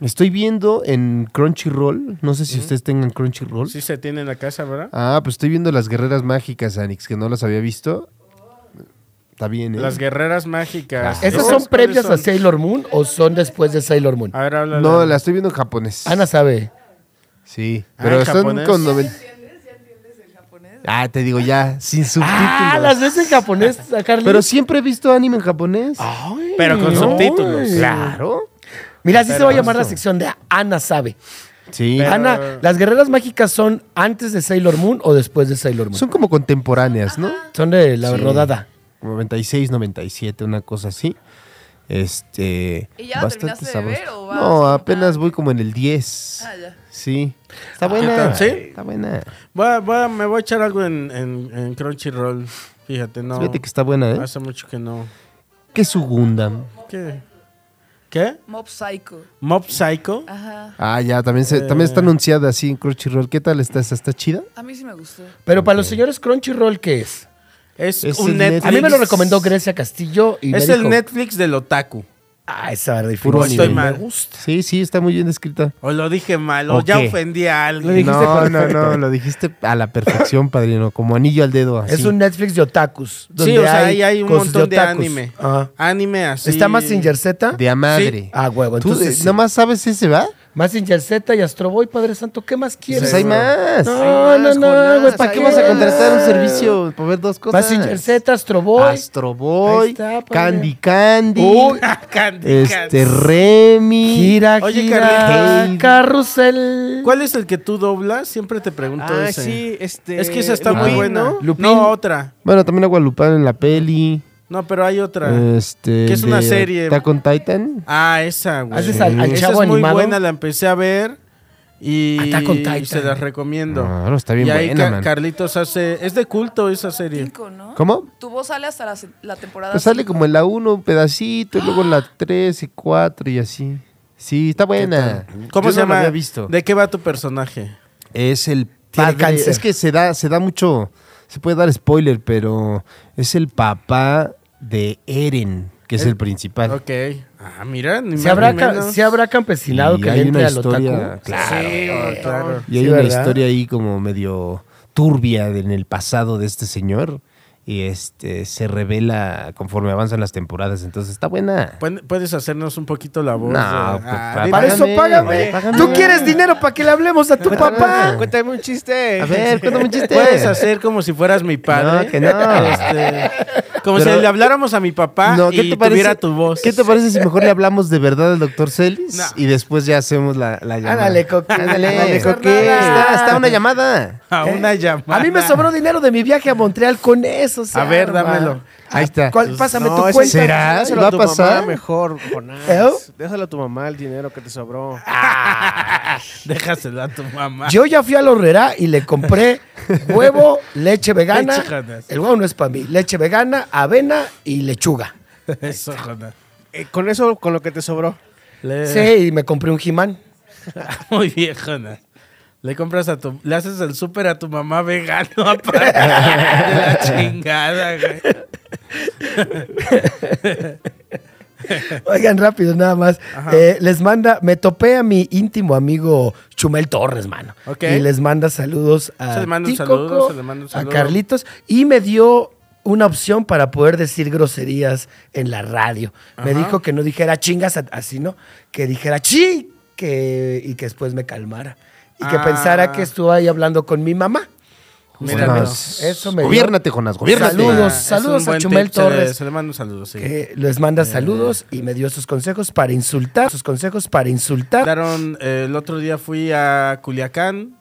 [SPEAKER 6] Estoy viendo en Crunchyroll. No sé si ustedes tengan Crunchyroll.
[SPEAKER 3] Sí se tiene en la casa, ¿verdad?
[SPEAKER 6] Ah, pues estoy viendo las guerreras mágicas, Anix, que no las había visto. Está bien, ¿eh?
[SPEAKER 3] Las guerreras
[SPEAKER 6] Ah,
[SPEAKER 3] mágicas.
[SPEAKER 5] ¿Esas
[SPEAKER 3] ¿Esas
[SPEAKER 5] son previas a
[SPEAKER 3] cuáles son?
[SPEAKER 5] Sailor Moon o son después de Sailor Moon?
[SPEAKER 6] Ah,
[SPEAKER 3] A ver, háblale.
[SPEAKER 6] No, la estoy viendo en japonés.
[SPEAKER 5] Ana sabe.
[SPEAKER 6] Sí,
[SPEAKER 3] Ah,
[SPEAKER 6] pero
[SPEAKER 3] ¿en
[SPEAKER 6] están
[SPEAKER 3] japonés?
[SPEAKER 6] con noven- Ah, te digo ya, sin subtítulos.
[SPEAKER 5] Ah, las ves en japonés, a Carly.
[SPEAKER 6] Pero siempre he visto anime en japonés.
[SPEAKER 5] Ay,
[SPEAKER 3] Pero con
[SPEAKER 5] Ah, no.
[SPEAKER 3] subtítulos.
[SPEAKER 6] Claro.
[SPEAKER 5] Mira, así se va a llamar la
[SPEAKER 6] Pero-
[SPEAKER 5] sección de Ana sabe.
[SPEAKER 6] Sí.
[SPEAKER 3] Pero-
[SPEAKER 5] Ana, ¿las guerreras mágicas son antes de Sailor Moon o después de Sailor Moon?
[SPEAKER 6] Son como contemporáneas, ¿no?
[SPEAKER 5] Son de la
[SPEAKER 6] Sí.
[SPEAKER 5] rodada.
[SPEAKER 6] Como 96, 97, una cosa así. Este.
[SPEAKER 8] ¿Y ya lo terminaste de ver o vas?
[SPEAKER 6] No, apenas
[SPEAKER 8] Ah.
[SPEAKER 6] voy como en el 10.
[SPEAKER 8] Ah, ya.
[SPEAKER 6] Sí. Está
[SPEAKER 3] Ah, tal?
[SPEAKER 6] buena.
[SPEAKER 3] ¿Sí?
[SPEAKER 6] Está buena.
[SPEAKER 3] Voy a- voy a- me voy a echar algo en, en- en Crunchyroll. Fíjate, no.
[SPEAKER 6] Fíjate que está buena, ¿eh?
[SPEAKER 3] Hace mucho que no.
[SPEAKER 6] Que su Gundam.
[SPEAKER 3] ¿Qué? ¿Qué?
[SPEAKER 8] Mob Psycho.
[SPEAKER 3] ¿Mob Psycho?
[SPEAKER 8] Ajá.
[SPEAKER 6] Ah, ya, también, se, también
[SPEAKER 5] Eh.
[SPEAKER 6] está anunciada así en Crunchyroll. ¿Qué tal está? esa? ¿Está chida?
[SPEAKER 8] A mí sí me gustó.
[SPEAKER 5] Pero para los señores Crunchyroll, ¿qué es?
[SPEAKER 3] Es,
[SPEAKER 6] Es
[SPEAKER 3] un
[SPEAKER 6] el
[SPEAKER 3] Netflix.
[SPEAKER 6] Netflix.
[SPEAKER 5] A mí me lo recomendó Grecia Castillo y me
[SPEAKER 3] Es el
[SPEAKER 5] dijo,
[SPEAKER 3] Netflix del otaku.
[SPEAKER 5] Ah, esa verdad,
[SPEAKER 6] Puro
[SPEAKER 3] No
[SPEAKER 5] difícil.
[SPEAKER 3] estoy
[SPEAKER 6] anime.
[SPEAKER 3] mal.
[SPEAKER 6] Sí, sí, está muy bien escrita.
[SPEAKER 3] O lo dije mal, o
[SPEAKER 6] ¿O
[SPEAKER 3] ya
[SPEAKER 6] qué?
[SPEAKER 3] ofendí a
[SPEAKER 5] Lo
[SPEAKER 3] alguien.
[SPEAKER 5] dije. dijiste
[SPEAKER 6] No, no,
[SPEAKER 5] perfecto.
[SPEAKER 6] no, lo dijiste a la perfección, padrino, como anillo al dedo. así.
[SPEAKER 5] Es un Netflix de otakus.
[SPEAKER 3] Sí,
[SPEAKER 5] donde
[SPEAKER 3] o sea, ahí hay un
[SPEAKER 5] cosas
[SPEAKER 3] montón de,
[SPEAKER 5] otakus.
[SPEAKER 3] anime.
[SPEAKER 5] Ajá.
[SPEAKER 3] Anime así.
[SPEAKER 5] ¿Está Mazinger Z?
[SPEAKER 6] de a madre.
[SPEAKER 5] Ah, huevo.
[SPEAKER 6] Tú
[SPEAKER 5] Entonces,
[SPEAKER 6] eh, nada más sabes ese, ¿va?
[SPEAKER 5] Mazinger Z y Astro Boy, Padre Santo, ¿qué más quieres?
[SPEAKER 6] Pues hay más.
[SPEAKER 5] No, no,
[SPEAKER 7] más,
[SPEAKER 5] no,
[SPEAKER 7] Jonás,
[SPEAKER 5] güey.
[SPEAKER 6] ¿Para qué
[SPEAKER 7] hay
[SPEAKER 6] vas a
[SPEAKER 7] más.
[SPEAKER 6] contratar un servicio para ver dos cosas?
[SPEAKER 5] Mazinger Z, Astro Boy.
[SPEAKER 6] Astro
[SPEAKER 5] Ahí
[SPEAKER 6] Boy,
[SPEAKER 5] está, padre.
[SPEAKER 6] Candy Candy,
[SPEAKER 5] Uy,
[SPEAKER 3] Candy Cats.
[SPEAKER 6] este Remy,
[SPEAKER 5] Gira,
[SPEAKER 3] Oye,
[SPEAKER 5] gira,
[SPEAKER 3] Carlitos.
[SPEAKER 5] carrusel.
[SPEAKER 3] ¿Cuál es el que tú doblas? Siempre te pregunto
[SPEAKER 7] Ah,
[SPEAKER 3] ese.
[SPEAKER 5] eh,
[SPEAKER 7] sí, este.
[SPEAKER 3] Es que esa está muy
[SPEAKER 7] Lupin,
[SPEAKER 3] buena.
[SPEAKER 7] ¿no?
[SPEAKER 5] Lupin.
[SPEAKER 3] No, otra.
[SPEAKER 6] Bueno, también a Guadalupán en la peli.
[SPEAKER 3] No, pero hay otra.
[SPEAKER 6] Este,
[SPEAKER 3] Ah. Que es una
[SPEAKER 6] de
[SPEAKER 3] serie.
[SPEAKER 6] Attack on Titan.
[SPEAKER 3] Ah, esa, güey.
[SPEAKER 5] ¿Haces al- al
[SPEAKER 3] Esa
[SPEAKER 5] chavo
[SPEAKER 3] es muy
[SPEAKER 5] animado?
[SPEAKER 3] buena, la empecé a ver. Y,
[SPEAKER 5] Attack on Titan. Ah,
[SPEAKER 3] y se las recomiendo.
[SPEAKER 6] Claro, está bien
[SPEAKER 3] y ahí
[SPEAKER 6] buena,
[SPEAKER 3] Ca-
[SPEAKER 6] man.
[SPEAKER 3] Carlitos hace... Es de culto esa serie.
[SPEAKER 8] Cinco, ¿no?
[SPEAKER 6] ¿Cómo?
[SPEAKER 8] Tu voz sale hasta la, se- la
[SPEAKER 3] Ah,
[SPEAKER 8] temporada.
[SPEAKER 6] Pues sale
[SPEAKER 8] cinco.
[SPEAKER 6] como en la 1 un pedacito, y luego en la 3 y 4 y así. Sí, está buena.
[SPEAKER 3] ¿Cómo
[SPEAKER 6] Yo
[SPEAKER 3] se
[SPEAKER 6] no la
[SPEAKER 3] llama?
[SPEAKER 6] había visto.
[SPEAKER 3] ¿De qué va tu personaje?
[SPEAKER 6] Es el
[SPEAKER 5] Tiene
[SPEAKER 6] padre.
[SPEAKER 5] cáncer.
[SPEAKER 6] Es que se da, se da mucho. Se puede dar spoiler, pero es el papá de Eren, que es el principal.
[SPEAKER 3] Ok. Ah, mira, ni
[SPEAKER 5] ¿Se
[SPEAKER 3] más
[SPEAKER 5] habrá,
[SPEAKER 3] ni
[SPEAKER 5] ca-
[SPEAKER 3] menos.
[SPEAKER 5] ¿Se habrá campesinado
[SPEAKER 6] Y
[SPEAKER 5] que
[SPEAKER 6] hay
[SPEAKER 5] le entre
[SPEAKER 6] una
[SPEAKER 5] al
[SPEAKER 6] historia-
[SPEAKER 5] otaku?
[SPEAKER 6] Claro.
[SPEAKER 3] Sí, claro.
[SPEAKER 6] Y hay
[SPEAKER 5] Sí,
[SPEAKER 6] una
[SPEAKER 5] ¿verdad?
[SPEAKER 6] historia ahí como medio turbia de- en el pasado de este señor. Y este se revela conforme avanzan las temporadas. Entonces está buena.
[SPEAKER 3] ¿Pueden- ¿Puedes hacernos un poquito la voz?
[SPEAKER 6] No,
[SPEAKER 3] Ah,
[SPEAKER 6] pues, pa-
[SPEAKER 3] dime.
[SPEAKER 5] Para eso
[SPEAKER 6] Págame,
[SPEAKER 5] págame.
[SPEAKER 6] oye, págame.
[SPEAKER 5] Tú quieres dinero para que le hablemos a tu Pues, papá.
[SPEAKER 7] Cuéntame un chiste.
[SPEAKER 6] A ver, cuéntame un chiste.
[SPEAKER 3] Puedes hacer como si fueras mi padre.
[SPEAKER 6] No, que no.
[SPEAKER 3] Este, como
[SPEAKER 6] Pero-
[SPEAKER 3] si le habláramos a mi papá
[SPEAKER 6] No,
[SPEAKER 3] y tuviera tu voz.
[SPEAKER 6] ¿Qué te parece si mejor le hablamos de verdad al doctor Celis
[SPEAKER 3] No.
[SPEAKER 6] y después ya hacemos la, la llamada?
[SPEAKER 5] Ándale, Coqui.
[SPEAKER 6] Ándale,
[SPEAKER 5] Ándale,
[SPEAKER 6] Coqui.
[SPEAKER 5] Coqui.
[SPEAKER 6] Está, está una llamada.
[SPEAKER 3] a una llamada.
[SPEAKER 5] A mí me sobró dinero de mi viaje a Montreal con eso. se
[SPEAKER 3] A ver,
[SPEAKER 5] arma.
[SPEAKER 3] dámelo.
[SPEAKER 6] Ahí está.
[SPEAKER 5] ¿Cuál? Pásame
[SPEAKER 7] No,
[SPEAKER 5] tu
[SPEAKER 7] ese-
[SPEAKER 5] cuenta.
[SPEAKER 6] ¿Será?
[SPEAKER 7] Dáselo
[SPEAKER 6] ¿Va
[SPEAKER 7] a
[SPEAKER 6] a
[SPEAKER 7] tu mamá
[SPEAKER 6] pasar?
[SPEAKER 7] mejor, Jonás.
[SPEAKER 5] ¿Eh? Ah.
[SPEAKER 7] Dáselo a tu mamá el dinero que te sobró.
[SPEAKER 3] Déjaselo a tu mamá.
[SPEAKER 5] Yo ya fui a la horrera y le compré huevo, leche vegana.
[SPEAKER 3] Leche, Jonas.
[SPEAKER 5] el huevo no es para mí. Leche vegana, avena y lechuga.
[SPEAKER 3] Eso, Jonas.
[SPEAKER 7] Eh, con eso, con lo que te sobró.
[SPEAKER 3] Le-
[SPEAKER 5] Sí, y me compré un jimán.
[SPEAKER 3] Muy bien, Jonas. Le compras a tu... Le haces el súper a tu mamá vegano, aparte. De la chingada, güey.
[SPEAKER 5] Oigan, rápido, nada más. Eh, les manda, me topé a mi íntimo amigo Chumel Torres, mano.
[SPEAKER 3] Ok.
[SPEAKER 5] Y les manda saludos a
[SPEAKER 3] Se le manda un
[SPEAKER 5] Tícoco,
[SPEAKER 3] saludo, se le manda un saludo.
[SPEAKER 5] a Carlitos. Y me dio una opción para poder decir groserías en la radio. Me dijo que no dijera chingas a- así, ¿no? Que dijera chi que, y que después me calmara. Y que
[SPEAKER 3] Ah.
[SPEAKER 5] pensara que estuve ahí hablando con mi mamá.
[SPEAKER 3] Mira,
[SPEAKER 6] Jonás.
[SPEAKER 5] eso me dio.
[SPEAKER 6] Gobiérnate, Jonás, gobiérnate.
[SPEAKER 5] Saludos,
[SPEAKER 3] Es
[SPEAKER 5] saludos
[SPEAKER 3] un
[SPEAKER 5] a
[SPEAKER 3] buen
[SPEAKER 5] Chumel
[SPEAKER 3] tip, se le-
[SPEAKER 5] Torres.
[SPEAKER 3] Se, le manda un saludo, sí. Eh,
[SPEAKER 5] que les manda saludos y me dio sus consejos para insultar, sus consejos para insultar.
[SPEAKER 3] Mandaron, eh, el otro día fui a Culiacán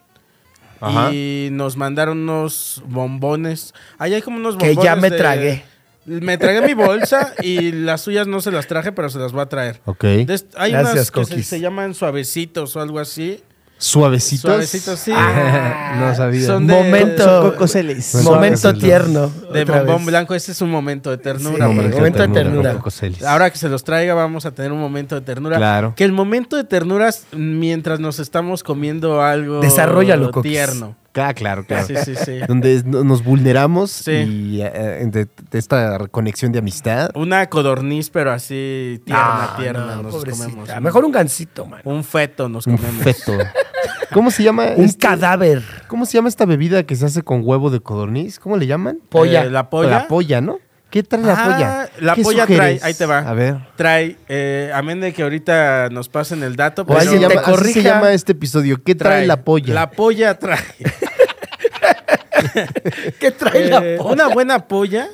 [SPEAKER 6] Ajá.
[SPEAKER 3] y nos mandaron unos bombones. Ahí hay como unos
[SPEAKER 5] Que
[SPEAKER 3] bombones.
[SPEAKER 5] ya me
[SPEAKER 3] de-
[SPEAKER 5] tragué.
[SPEAKER 3] Me tragué mi bolsa y las suyas no se las traje, pero se las voy a traer.
[SPEAKER 6] Ok.
[SPEAKER 3] De est- Hay
[SPEAKER 5] Gracias,
[SPEAKER 3] unas que se,
[SPEAKER 5] Coquis.
[SPEAKER 3] se llaman suavecitos o algo así.
[SPEAKER 6] ¿Suavecitos?
[SPEAKER 3] Suavecitos, sí. Ah,
[SPEAKER 6] no sabía.
[SPEAKER 3] Son de,
[SPEAKER 5] Momento,
[SPEAKER 7] Coco Celis.
[SPEAKER 5] momento
[SPEAKER 6] Suaves,
[SPEAKER 5] tierno.
[SPEAKER 3] de
[SPEAKER 5] otra
[SPEAKER 3] bombón
[SPEAKER 5] vez.
[SPEAKER 3] blanco. Este es un momento de ternura.
[SPEAKER 5] Sí,
[SPEAKER 3] por ejemplo.
[SPEAKER 5] momento de ternura.
[SPEAKER 6] Coco Celis.
[SPEAKER 3] Ahora que se los traiga, vamos a tener un momento de ternura.
[SPEAKER 6] Claro.
[SPEAKER 3] Que el momento de ternura es mientras nos estamos comiendo algo
[SPEAKER 5] Desarróllalo, Coquis.
[SPEAKER 3] tierno.
[SPEAKER 6] Ah, claro, claro.
[SPEAKER 3] Sí, sí, sí.
[SPEAKER 6] Donde es- no- nos vulneramos
[SPEAKER 3] Sí.
[SPEAKER 6] y eh, de, de esta conexión de amistad.
[SPEAKER 3] Una codorniz, pero así tierna,
[SPEAKER 5] Ah,
[SPEAKER 3] tierna.
[SPEAKER 5] no,
[SPEAKER 3] nos
[SPEAKER 5] pobrecita.
[SPEAKER 3] comemos.
[SPEAKER 5] Mejor un gancito, man.
[SPEAKER 3] un feto nos
[SPEAKER 6] Un
[SPEAKER 3] comemos.
[SPEAKER 6] feto. ¿Cómo se llama?
[SPEAKER 5] Un
[SPEAKER 6] este-
[SPEAKER 5] cadáver.
[SPEAKER 6] ¿Cómo se llama esta bebida que se hace con huevo de codorniz? ¿Cómo le llaman?
[SPEAKER 5] Polla.
[SPEAKER 3] Eh, la polla.
[SPEAKER 6] La polla, ¿no? ¿Qué trae la
[SPEAKER 3] Ah,
[SPEAKER 6] polla?
[SPEAKER 3] La
[SPEAKER 6] ¿Qué
[SPEAKER 3] polla
[SPEAKER 6] sugieres?
[SPEAKER 3] trae, ahí te va.
[SPEAKER 6] A ver.
[SPEAKER 3] Trae, eh, amén de que ahorita nos pasen el dato,
[SPEAKER 6] O
[SPEAKER 3] pero
[SPEAKER 6] así se,
[SPEAKER 5] alguien
[SPEAKER 6] llama,
[SPEAKER 5] te
[SPEAKER 6] así se
[SPEAKER 5] corrija.
[SPEAKER 6] llama este episodio. ¿Qué trae, la polla?
[SPEAKER 3] La polla trae.
[SPEAKER 5] ¿Qué trae la
[SPEAKER 3] Eh,
[SPEAKER 5] polla?
[SPEAKER 3] una buena polla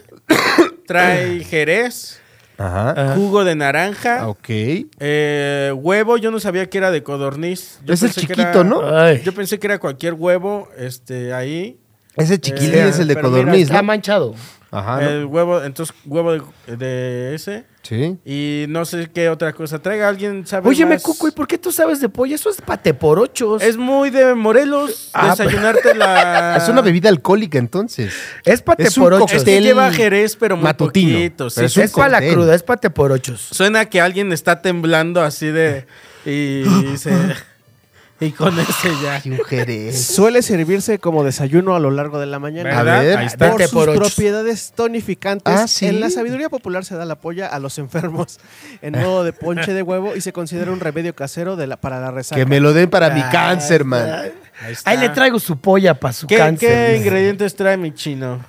[SPEAKER 3] trae jerez,
[SPEAKER 6] Ajá.
[SPEAKER 3] jugo de naranja,
[SPEAKER 6] Ah, ok.
[SPEAKER 3] Eh, huevo, yo no sabía que era de codorniz. Yo
[SPEAKER 6] Es el
[SPEAKER 3] pensé que
[SPEAKER 6] chiquito,
[SPEAKER 3] era-
[SPEAKER 6] ¿no?
[SPEAKER 5] Ay,
[SPEAKER 3] Yo pensé que era cualquier huevo, este, ahí.
[SPEAKER 6] Ese chiquilín
[SPEAKER 3] Eh,
[SPEAKER 6] es el de
[SPEAKER 3] pero
[SPEAKER 6] codorniz,
[SPEAKER 5] está
[SPEAKER 6] ¿no?
[SPEAKER 5] manchado.
[SPEAKER 6] Ajá. Ah, ¿no?
[SPEAKER 3] el huevo, entonces huevo de, de ese.
[SPEAKER 6] Sí.
[SPEAKER 3] Y no sé qué otra cosa traiga. ¿Alguien sabe
[SPEAKER 5] Óyeme,
[SPEAKER 3] más?
[SPEAKER 5] Cuco, ¿y por qué tú sabes de polla? Eso es pate por ochos.
[SPEAKER 3] Es
[SPEAKER 5] Es,
[SPEAKER 3] muy de Morelos
[SPEAKER 5] Ah,
[SPEAKER 3] desayunarte la...
[SPEAKER 6] pues, Es una bebida alcohólica, entonces.
[SPEAKER 5] pate
[SPEAKER 6] es un
[SPEAKER 5] por ochos.
[SPEAKER 3] Es
[SPEAKER 6] cóctel
[SPEAKER 3] que lleva jerez, pero muy
[SPEAKER 6] matutino,
[SPEAKER 3] poquito, sí,
[SPEAKER 6] pero
[SPEAKER 5] Es,
[SPEAKER 3] sí.
[SPEAKER 6] un
[SPEAKER 5] para la
[SPEAKER 6] cóctel.
[SPEAKER 5] cruda, es pate por ochos.
[SPEAKER 3] Suena que alguien está temblando así de... Y, y se- y con ese ya.
[SPEAKER 6] Y un jerez.
[SPEAKER 7] Suele servirse como desayuno a lo largo de la mañana.
[SPEAKER 6] A
[SPEAKER 3] ¿Verdad?
[SPEAKER 6] ver,
[SPEAKER 3] Ahí
[SPEAKER 5] Vete
[SPEAKER 7] Por
[SPEAKER 3] está.
[SPEAKER 5] Vete
[SPEAKER 7] sus
[SPEAKER 5] por ochos.
[SPEAKER 7] propiedades tonificantes,
[SPEAKER 6] Ah, ¿sí?
[SPEAKER 7] en la sabiduría popular se da la polla a los enfermos en modo de ponche de huevo y se considera un remedio casero de la, para la resaca.
[SPEAKER 6] Que me lo den para mi cáncer, man.
[SPEAKER 3] Ahí está.
[SPEAKER 5] Ahí le traigo su polla para su
[SPEAKER 3] ¿Qué,
[SPEAKER 5] cáncer.
[SPEAKER 3] qué
[SPEAKER 5] dice.
[SPEAKER 3] ingredientes trae mi chino?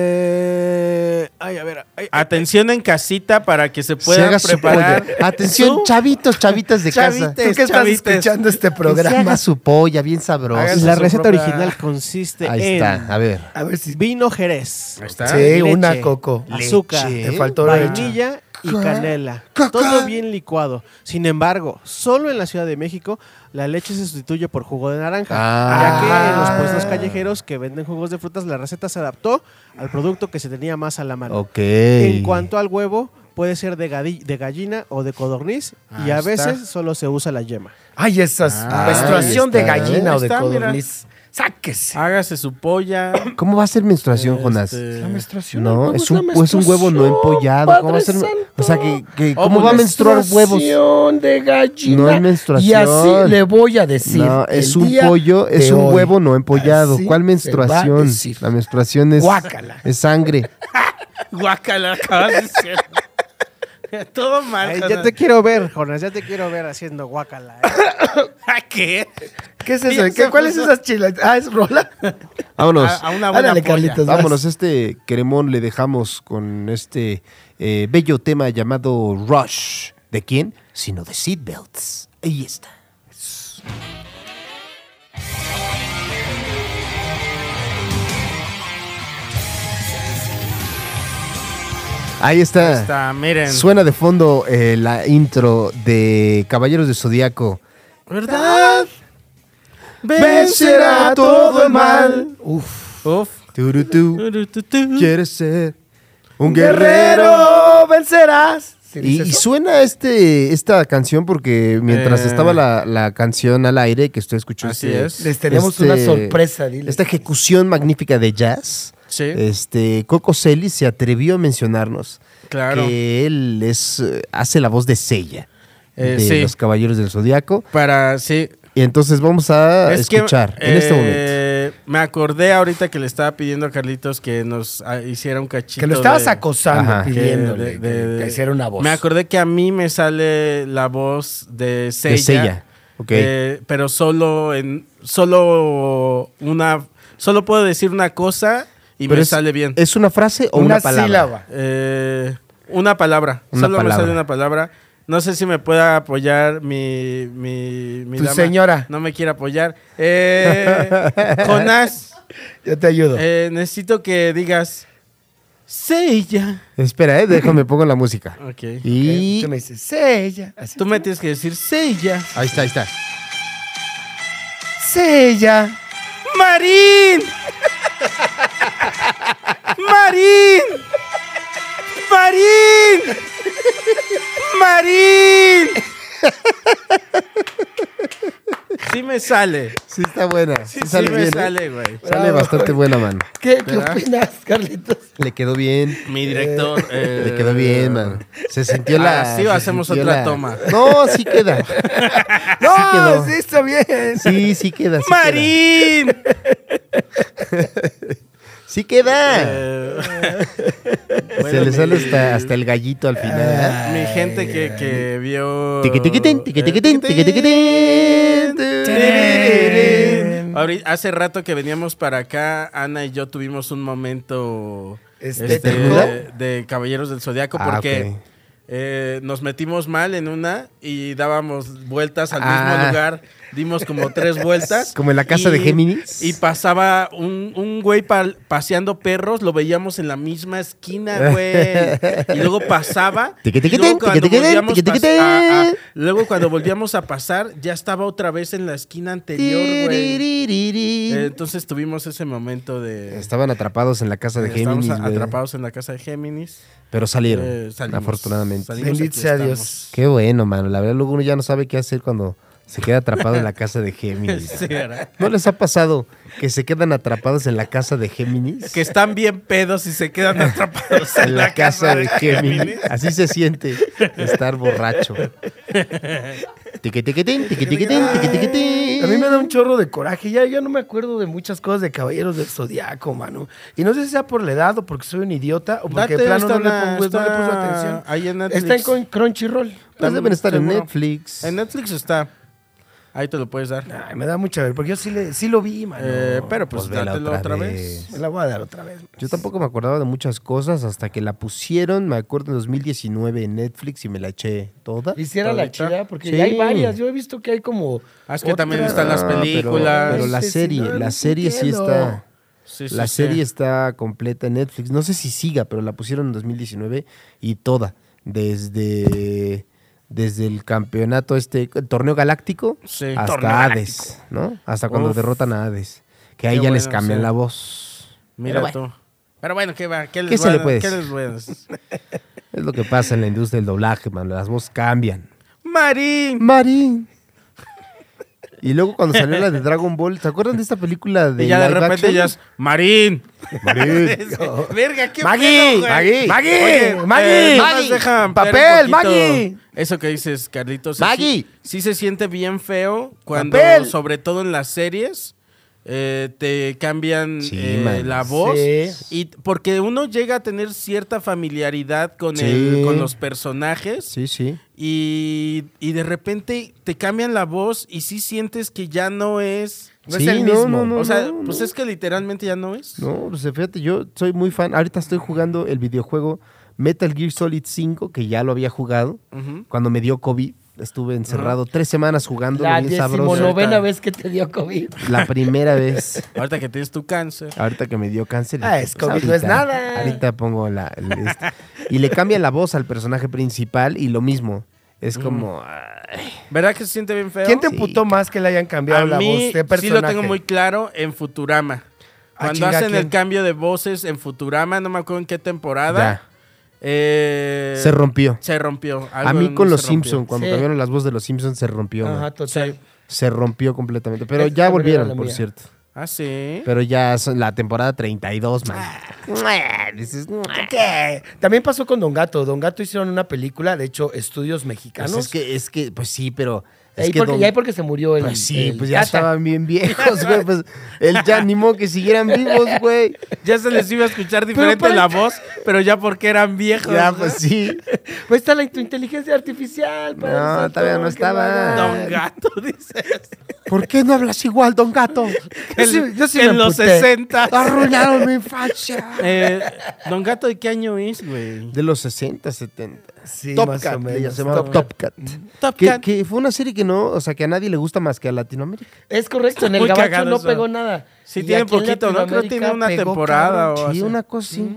[SPEAKER 7] Eh, ay, a ver. ay,
[SPEAKER 6] Ah,
[SPEAKER 7] ay,
[SPEAKER 3] Atención en casita para que se
[SPEAKER 6] Se
[SPEAKER 3] puedan
[SPEAKER 6] haga su
[SPEAKER 3] preparar.
[SPEAKER 6] polla. Atención,
[SPEAKER 3] su-
[SPEAKER 6] chavitos, chavitas de casa.
[SPEAKER 3] Chavites,
[SPEAKER 5] ¿Tú que estás
[SPEAKER 3] chavites.
[SPEAKER 5] escuchando este
[SPEAKER 6] Que se haga
[SPEAKER 5] programa?
[SPEAKER 6] su polla bien sabrosa.
[SPEAKER 3] Háganse
[SPEAKER 7] la
[SPEAKER 3] su
[SPEAKER 7] receta
[SPEAKER 3] propia-
[SPEAKER 7] original consiste
[SPEAKER 6] Ahí
[SPEAKER 7] en
[SPEAKER 6] está, a ver.
[SPEAKER 5] A ver si...
[SPEAKER 7] vino jerez,
[SPEAKER 3] Ahí está.
[SPEAKER 5] Sí, una
[SPEAKER 7] Ah, Leche.
[SPEAKER 5] coco.
[SPEAKER 7] azúcar, ¿eh?
[SPEAKER 5] Te faltó leche.
[SPEAKER 7] vainilla y canela. Todo bien licuado. Sin embargo, solo en la Ciudad de México la leche se sustituye por jugo de naranja,
[SPEAKER 6] Ah.
[SPEAKER 7] ya que en los puestos callejeros que venden jugos de frutas la receta se adaptó al producto que se tenía más a la mano.
[SPEAKER 6] Ok.
[SPEAKER 7] En cuanto al huevo, puede ser de, gadi- de gallina o de codorniz
[SPEAKER 3] Ahí
[SPEAKER 7] y a
[SPEAKER 3] está.
[SPEAKER 7] veces solo se usa la yema.
[SPEAKER 5] Ay, esas.
[SPEAKER 3] Ah,
[SPEAKER 5] menstruación
[SPEAKER 6] ahí
[SPEAKER 5] de
[SPEAKER 6] está.
[SPEAKER 5] gallina o de
[SPEAKER 3] Ahí está, mira.
[SPEAKER 5] codorniz. Sáquese.
[SPEAKER 3] Hágase su polla.
[SPEAKER 6] ¿Cómo va a ser menstruación, Jonás?
[SPEAKER 3] Este,
[SPEAKER 5] menstruación.
[SPEAKER 6] No, es un, pues, es un huevo no empollado. ¿Cómo va a ser? O sea, que, que-
[SPEAKER 5] Oh,
[SPEAKER 6] ¿cómo va a menstruar huevos?
[SPEAKER 5] de gallina.
[SPEAKER 6] No es menstruación.
[SPEAKER 5] Y así le voy a decir.
[SPEAKER 6] No, es
[SPEAKER 5] el
[SPEAKER 6] un
[SPEAKER 5] día
[SPEAKER 6] pollo, es
[SPEAKER 5] de
[SPEAKER 6] un
[SPEAKER 5] hoy.
[SPEAKER 6] huevo no empollado.
[SPEAKER 5] Así
[SPEAKER 6] ¿Cuál
[SPEAKER 5] se va a
[SPEAKER 6] menstruación?
[SPEAKER 5] decir.
[SPEAKER 6] La menstruación es,
[SPEAKER 5] Guácala.
[SPEAKER 6] es sangre.
[SPEAKER 3] Guácala, acabas de decir. Todo mal.
[SPEAKER 7] Ay, ya
[SPEAKER 3] Jonás.
[SPEAKER 7] te quiero ver, Jonas, ya te quiero ver haciendo guacala. eh.
[SPEAKER 3] ¿A Ah, qué?
[SPEAKER 5] ¿Qué es
[SPEAKER 3] Ya
[SPEAKER 5] eso?
[SPEAKER 3] se
[SPEAKER 5] ¿Qué, ¿Cuál es
[SPEAKER 3] puso-
[SPEAKER 5] esas chilas? Ah, es rola.
[SPEAKER 6] Vámonos.
[SPEAKER 3] A, a una buena
[SPEAKER 5] Ándale,
[SPEAKER 3] polla.
[SPEAKER 5] Carlitos. vas.
[SPEAKER 6] Vámonos, este queremón le dejamos con este eh, bello tema llamado Rush. ¿De quién? Sino de Seatbelts. Ahí está. Ahí está.
[SPEAKER 3] Está, miren.
[SPEAKER 6] Suena de fondo eh, la intro de Caballeros de Zodíaco.
[SPEAKER 3] ¿Verdad?
[SPEAKER 5] vencerá todo el mal. Uf.
[SPEAKER 3] Uf.
[SPEAKER 6] Turutú, ¿Quieres ser un
[SPEAKER 5] Guerrero, vencerás. ¿Sí
[SPEAKER 6] Y,
[SPEAKER 5] dice
[SPEAKER 6] y
[SPEAKER 5] eso?
[SPEAKER 6] suena este, esta canción porque mientras
[SPEAKER 3] Eh.
[SPEAKER 6] estaba la, la canción al aire que estoy escuchando.
[SPEAKER 3] Así
[SPEAKER 6] este-
[SPEAKER 3] es.
[SPEAKER 5] Les tenemos
[SPEAKER 6] este-
[SPEAKER 5] una sorpresa, dile.
[SPEAKER 6] Esta ejecución magnífica de jazz.
[SPEAKER 3] Sí.
[SPEAKER 6] Este, Coco Celis se atrevió a mencionarnos
[SPEAKER 3] Claro.
[SPEAKER 6] que él es, eh, hace la voz de Sella
[SPEAKER 3] Eh,
[SPEAKER 6] de
[SPEAKER 3] sí.
[SPEAKER 6] los Caballeros del Zodiaco.
[SPEAKER 3] Para, sí.
[SPEAKER 6] Y entonces vamos a
[SPEAKER 3] Es que,
[SPEAKER 6] escuchar en este momento.
[SPEAKER 3] eh, Me acordé ahorita que le estaba pidiendo a Carlitos que nos ah, hiciera un cachito.
[SPEAKER 5] que lo estabas
[SPEAKER 3] de-
[SPEAKER 5] acosando,
[SPEAKER 6] Ajá.
[SPEAKER 3] que-
[SPEAKER 5] pidiéndole
[SPEAKER 3] de- de-
[SPEAKER 5] que te hiciera una voz.
[SPEAKER 3] Me acordé que a mí me sale la voz de Sella.
[SPEAKER 6] De Sella. Ok.
[SPEAKER 3] eh, pero solo en. Solo una. Solo puedo decir una cosa y
[SPEAKER 6] Pero
[SPEAKER 3] me
[SPEAKER 6] es-
[SPEAKER 3] sale bien.
[SPEAKER 6] ¿Es una frase o
[SPEAKER 5] una,
[SPEAKER 6] una, palabra?
[SPEAKER 5] sílaba.
[SPEAKER 3] Eh, una palabra.
[SPEAKER 6] Una
[SPEAKER 3] Solo me
[SPEAKER 6] palabra.
[SPEAKER 3] sale una palabra. No sé si me pueda apoyar mi. mi, mi
[SPEAKER 5] Tu señora.
[SPEAKER 3] No me quiere apoyar. Eh, Jonás,
[SPEAKER 5] Yo te ayudo.
[SPEAKER 3] eh, necesito que digas. Sella.
[SPEAKER 6] Espera, eh, déjame pongo la música.
[SPEAKER 3] Ok.
[SPEAKER 6] Y
[SPEAKER 5] Tú me dices, sella. Así.
[SPEAKER 3] Tú me tienes que decir Sella.
[SPEAKER 6] ahí está, ahí está.
[SPEAKER 5] Sella.
[SPEAKER 3] ¡Marín! ¡Marín! ¡Marín! ¡Marín! Sí me sale.
[SPEAKER 6] Sí está buena. Sí,
[SPEAKER 3] Sí, sí
[SPEAKER 6] sale
[SPEAKER 3] me
[SPEAKER 6] bien. ¿eh?
[SPEAKER 3] sale, güey.
[SPEAKER 6] Sale bastante buena, mano.
[SPEAKER 5] ¿Qué, ¿Qué
[SPEAKER 3] ¿Verdad?
[SPEAKER 5] opinas, Carlitos?
[SPEAKER 6] Le quedó bien.
[SPEAKER 3] Mi director. eh,
[SPEAKER 6] Le quedó bien, mano. Se sintió la.
[SPEAKER 3] ahora Ah, sí o
[SPEAKER 6] se
[SPEAKER 3] hacemos
[SPEAKER 6] sintió
[SPEAKER 3] otra toma.
[SPEAKER 6] No, sí queda.
[SPEAKER 5] No,
[SPEAKER 6] quedó.
[SPEAKER 5] Ah, sí, está bien.
[SPEAKER 6] Sí, sí queda. Sí queda.
[SPEAKER 3] ¡Marín!
[SPEAKER 6] Sí queda.
[SPEAKER 3] Eh,
[SPEAKER 6] Se
[SPEAKER 3] bueno,
[SPEAKER 6] le sale
[SPEAKER 3] mi-
[SPEAKER 6] hasta, hasta el gallito al final. ¿eh?
[SPEAKER 3] Mi gente que, que vio. Eh,
[SPEAKER 6] Tiquitiquitín, tiquitiquitín, tiquitiquitín.
[SPEAKER 3] Tererén. Ahorita- hace rato que veníamos para acá, Ana y yo tuvimos un momento
[SPEAKER 5] Este,
[SPEAKER 3] este,
[SPEAKER 6] ¿ternuda?
[SPEAKER 3] de, Caballeros del Zodiaco
[SPEAKER 6] Ah,
[SPEAKER 3] porque
[SPEAKER 6] ok.
[SPEAKER 3] eh, nos metimos mal en una y dábamos vueltas al
[SPEAKER 6] Ah.
[SPEAKER 3] mismo lugar. Dimos como tres vueltas.
[SPEAKER 6] Como en la casa de Géminis.
[SPEAKER 3] Y pasaba un, un güey pa- paseando perros, lo veíamos en la misma esquina, güey. Y luego pasaba. y
[SPEAKER 6] Tiquitiquitín,
[SPEAKER 3] luego cuando
[SPEAKER 6] tiquitiquitín,
[SPEAKER 3] volvíamos pas-
[SPEAKER 6] tiquitiquitín.
[SPEAKER 3] a- a- Luego cuando volvíamos a pasar, ya estaba otra vez en la esquina anterior, güey. Eh, Entonces tuvimos ese momento de...
[SPEAKER 6] Estaban atrapados en la casa de
[SPEAKER 3] estábamos
[SPEAKER 6] Géminis.
[SPEAKER 3] a-
[SPEAKER 6] güey.
[SPEAKER 3] atrapados en la casa de Géminis.
[SPEAKER 6] Pero salieron.
[SPEAKER 3] Eh, salimos,
[SPEAKER 6] afortunadamente.
[SPEAKER 3] salimos,
[SPEAKER 5] Bendito
[SPEAKER 3] aquí
[SPEAKER 5] sea
[SPEAKER 3] estamos.
[SPEAKER 5] Dios.
[SPEAKER 6] Qué bueno, mano. La verdad, luego uno ya no sabe qué hacer cuando se queda atrapado en la casa de Géminis.
[SPEAKER 3] Sí, ¿verdad?
[SPEAKER 6] ¿No les ha pasado que se quedan atrapados en la casa de Géminis?
[SPEAKER 3] Que están bien pedos y se quedan atrapados
[SPEAKER 6] en la casa de Géminis. Así se siente estar borracho. Tiquitiquitín, tiquitiquitín, tiquitiquitín.
[SPEAKER 5] A mí me da un chorro de coraje. Ya, ya no me acuerdo de muchas cosas de Caballeros del Zodiaco, mano. Y no sé si sea por la edad o porque soy un idiota o porque
[SPEAKER 3] Date,
[SPEAKER 5] de plano
[SPEAKER 3] está
[SPEAKER 5] no le,
[SPEAKER 3] en la-
[SPEAKER 5] pongo, no le
[SPEAKER 3] está
[SPEAKER 5] puse atención.
[SPEAKER 3] ahí en Netflix.
[SPEAKER 5] Está en con- Crunchyroll.
[SPEAKER 6] Pues deben estar en
[SPEAKER 3] Seguro.
[SPEAKER 6] Netflix.
[SPEAKER 3] En Netflix está. Ahí te lo puedes
[SPEAKER 6] Ah,
[SPEAKER 3] dar.
[SPEAKER 5] Ay, me da mucha ver, porque yo sí, le, sí lo vi, mano.
[SPEAKER 3] Eh, pero pues,
[SPEAKER 6] pues vela
[SPEAKER 3] dátelo
[SPEAKER 6] otra
[SPEAKER 3] otra, vez.
[SPEAKER 6] vez.
[SPEAKER 5] me la voy a dar otra vez.
[SPEAKER 6] Yo tampoco me acordaba de muchas cosas hasta que la pusieron, me acuerdo, en 2019 en Netflix y me la eché toda.
[SPEAKER 5] Hiciera la
[SPEAKER 3] Ahorita.
[SPEAKER 5] chida, porque
[SPEAKER 6] Sí.
[SPEAKER 5] ya hay varias. Yo he visto que hay como.
[SPEAKER 3] Ah, es que también están las
[SPEAKER 6] Ah, pero-
[SPEAKER 3] películas.
[SPEAKER 6] Pero, la
[SPEAKER 5] Sí, sí,
[SPEAKER 6] serie,
[SPEAKER 5] no,
[SPEAKER 6] la
[SPEAKER 5] no
[SPEAKER 6] serie sí
[SPEAKER 5] entiendo.
[SPEAKER 6] está.
[SPEAKER 3] Sí, sí,
[SPEAKER 6] la
[SPEAKER 3] sí.
[SPEAKER 6] serie está completa en Netflix. No sé si siga, pero la pusieron en 2019 y toda. Desde, desde el campeonato, este, el torneo galáctico
[SPEAKER 3] Sí.
[SPEAKER 6] hasta
[SPEAKER 3] Torneo
[SPEAKER 6] Hades, ¿no? Hasta cuando
[SPEAKER 3] Uf.
[SPEAKER 6] derrotan a Hades. Que ahí
[SPEAKER 3] Qué
[SPEAKER 6] ya les
[SPEAKER 3] bueno,
[SPEAKER 6] cambian
[SPEAKER 3] sí.
[SPEAKER 6] la voz.
[SPEAKER 3] Mira
[SPEAKER 6] Pero
[SPEAKER 3] tú. Pero bueno, ¿qué va? ¿Qué les
[SPEAKER 6] ¿Qué
[SPEAKER 3] voy
[SPEAKER 6] se
[SPEAKER 3] a-
[SPEAKER 6] le puede
[SPEAKER 3] ¿Qué
[SPEAKER 6] decir?
[SPEAKER 3] les voy a decir?
[SPEAKER 6] Es lo que pasa en la industria del doblaje, man. Las voces cambian.
[SPEAKER 3] Marín.
[SPEAKER 6] Marín. Y luego cuando salió la de Dragon Ball, ¿se acuerdan de esta película de
[SPEAKER 3] y ya de
[SPEAKER 6] live
[SPEAKER 3] repente
[SPEAKER 6] action?
[SPEAKER 3] ya es Marín.
[SPEAKER 6] Marín.
[SPEAKER 3] Verga, qué
[SPEAKER 6] Maggie,
[SPEAKER 3] pedo, güey.
[SPEAKER 6] Maggie, Maggie,
[SPEAKER 3] Oye,
[SPEAKER 6] Maggie,
[SPEAKER 3] eh, nomás
[SPEAKER 6] Maggie.
[SPEAKER 3] deja ampliar un poquito
[SPEAKER 6] Papel, Maggie.
[SPEAKER 3] Eso que dices, Carlitos. sí-
[SPEAKER 6] Maggie.
[SPEAKER 3] Sí, se siente bien feo cuando,
[SPEAKER 6] Papel.
[SPEAKER 3] sobre todo en las series, eh, te cambian
[SPEAKER 6] Sí,
[SPEAKER 3] eh,
[SPEAKER 6] man.
[SPEAKER 3] la voz.
[SPEAKER 5] Sí.
[SPEAKER 3] Y porque uno llega a tener cierta familiaridad con,
[SPEAKER 6] Sí.
[SPEAKER 3] el- con los personajes.
[SPEAKER 6] Sí, sí.
[SPEAKER 3] Y, y de repente te cambian la voz y sí sientes que ya no es.
[SPEAKER 5] No
[SPEAKER 6] Sí,
[SPEAKER 5] es el
[SPEAKER 6] no,
[SPEAKER 5] mismo.
[SPEAKER 6] no, no.
[SPEAKER 3] o sea,
[SPEAKER 6] no,
[SPEAKER 3] pues
[SPEAKER 6] no.
[SPEAKER 3] es que literalmente ya no es.
[SPEAKER 6] No, pues fíjate, yo soy muy fan. Ahorita estoy jugando el videojuego Metal Gear Solid 5, que ya lo había jugado.
[SPEAKER 3] Ujú.
[SPEAKER 6] Cuando me dio COVID, estuve encerrado tres semanas jugando
[SPEAKER 5] La
[SPEAKER 6] bien sabroso.
[SPEAKER 5] decimonovena vez que te dio COVID.
[SPEAKER 6] La primera vez.
[SPEAKER 3] Ahorita que tienes tu cáncer.
[SPEAKER 6] Ahorita que me dio cáncer.
[SPEAKER 5] Ah,
[SPEAKER 6] dije, pues,
[SPEAKER 5] es COVID, no es nada.
[SPEAKER 6] Ahorita pongo la. el este. Y le cambia la voz al personaje principal y lo mismo. Es como. ay,
[SPEAKER 3] ¿Verdad que se siente bien feo?
[SPEAKER 5] ¿Quién te
[SPEAKER 6] Sí,
[SPEAKER 5] putó más que le hayan cambiado
[SPEAKER 3] a
[SPEAKER 5] la
[SPEAKER 3] mí
[SPEAKER 5] voz de
[SPEAKER 3] sí lo
[SPEAKER 5] personaje?
[SPEAKER 3] tengo muy claro en Futurama.
[SPEAKER 5] Ah,
[SPEAKER 3] Cuando
[SPEAKER 5] chinga,
[SPEAKER 3] hacen el
[SPEAKER 5] ¿quién?
[SPEAKER 3] cambio de voces en Futurama, no me acuerdo en qué temporada.
[SPEAKER 6] ya,
[SPEAKER 3] eh,
[SPEAKER 6] se rompió.
[SPEAKER 3] se rompió.
[SPEAKER 6] A
[SPEAKER 3] Algo
[SPEAKER 6] mí
[SPEAKER 3] en-
[SPEAKER 6] con
[SPEAKER 3] se
[SPEAKER 6] los
[SPEAKER 3] rompió.
[SPEAKER 6] Simpsons, cuando
[SPEAKER 5] Sí.
[SPEAKER 6] cambiaron las voces de los Simpsons, se rompió.
[SPEAKER 5] Ajá,
[SPEAKER 6] man.
[SPEAKER 5] total.
[SPEAKER 6] Se rompió completamente. Pero
[SPEAKER 5] Esa
[SPEAKER 6] ya
[SPEAKER 5] también era
[SPEAKER 6] volvieron,
[SPEAKER 5] la
[SPEAKER 6] por
[SPEAKER 5] mía.
[SPEAKER 6] cierto.
[SPEAKER 3] Ah, sí.
[SPEAKER 6] Pero ya son la temporada 32, man. Dices,
[SPEAKER 5] ¿Qué? También pasó con Don Gato. Don Gato hicieron una película, de hecho, estudios
[SPEAKER 6] pues
[SPEAKER 5] mexicanos.
[SPEAKER 6] es que, es que, pues sí, pero.
[SPEAKER 5] Ahí
[SPEAKER 6] Es que
[SPEAKER 5] porque,
[SPEAKER 6] Don-
[SPEAKER 5] y ahí porque se murió el.
[SPEAKER 6] Pues sí,
[SPEAKER 5] el
[SPEAKER 6] pues ya
[SPEAKER 5] Tata.
[SPEAKER 6] estaban bien viejos, güey. Pues él ya animó que siguieran vivos, güey.
[SPEAKER 3] Ya se les iba a escuchar diferente
[SPEAKER 5] para-
[SPEAKER 3] la voz, pero ya porque eran viejos.
[SPEAKER 6] Ya, pues sí.
[SPEAKER 5] Pues está la int- inteligencia artificial. padre
[SPEAKER 6] No,
[SPEAKER 5] santo,
[SPEAKER 6] todavía no
[SPEAKER 5] qué
[SPEAKER 6] estaba.
[SPEAKER 5] mala.
[SPEAKER 3] Don Gato, dice.
[SPEAKER 6] ¿Por qué no hablas igual, don gato?
[SPEAKER 5] Yo sí-
[SPEAKER 3] En-
[SPEAKER 5] yo sí me
[SPEAKER 3] en los
[SPEAKER 5] emputé.
[SPEAKER 3] 60.
[SPEAKER 6] Arruinaron mi infancia.
[SPEAKER 3] Eh, Don Gato, ¿de qué año es, güey?
[SPEAKER 6] De los 60, 70.
[SPEAKER 5] Sí,
[SPEAKER 6] Top
[SPEAKER 5] más
[SPEAKER 6] Cat,
[SPEAKER 5] o
[SPEAKER 6] le
[SPEAKER 5] menos.
[SPEAKER 6] llamaba
[SPEAKER 5] Top
[SPEAKER 6] Top Cat.
[SPEAKER 3] Top
[SPEAKER 6] Que-
[SPEAKER 3] Cat.
[SPEAKER 6] Que fue una serie que no, o sea, que a nadie le gusta más que a Latinoamérica.
[SPEAKER 5] Es correcto, en el
[SPEAKER 3] Muy
[SPEAKER 5] gabacho
[SPEAKER 3] cagado
[SPEAKER 5] no
[SPEAKER 3] eso.
[SPEAKER 5] pegó nada.
[SPEAKER 3] Sí,
[SPEAKER 5] Y
[SPEAKER 3] tiene
[SPEAKER 5] aquí en
[SPEAKER 3] poquito, ¿no? Creo que tiene una
[SPEAKER 5] Latinoamérica pegó,
[SPEAKER 3] temporada
[SPEAKER 5] cabrón,
[SPEAKER 3] o
[SPEAKER 6] Oh, Sí,
[SPEAKER 3] así.
[SPEAKER 6] una cosa así.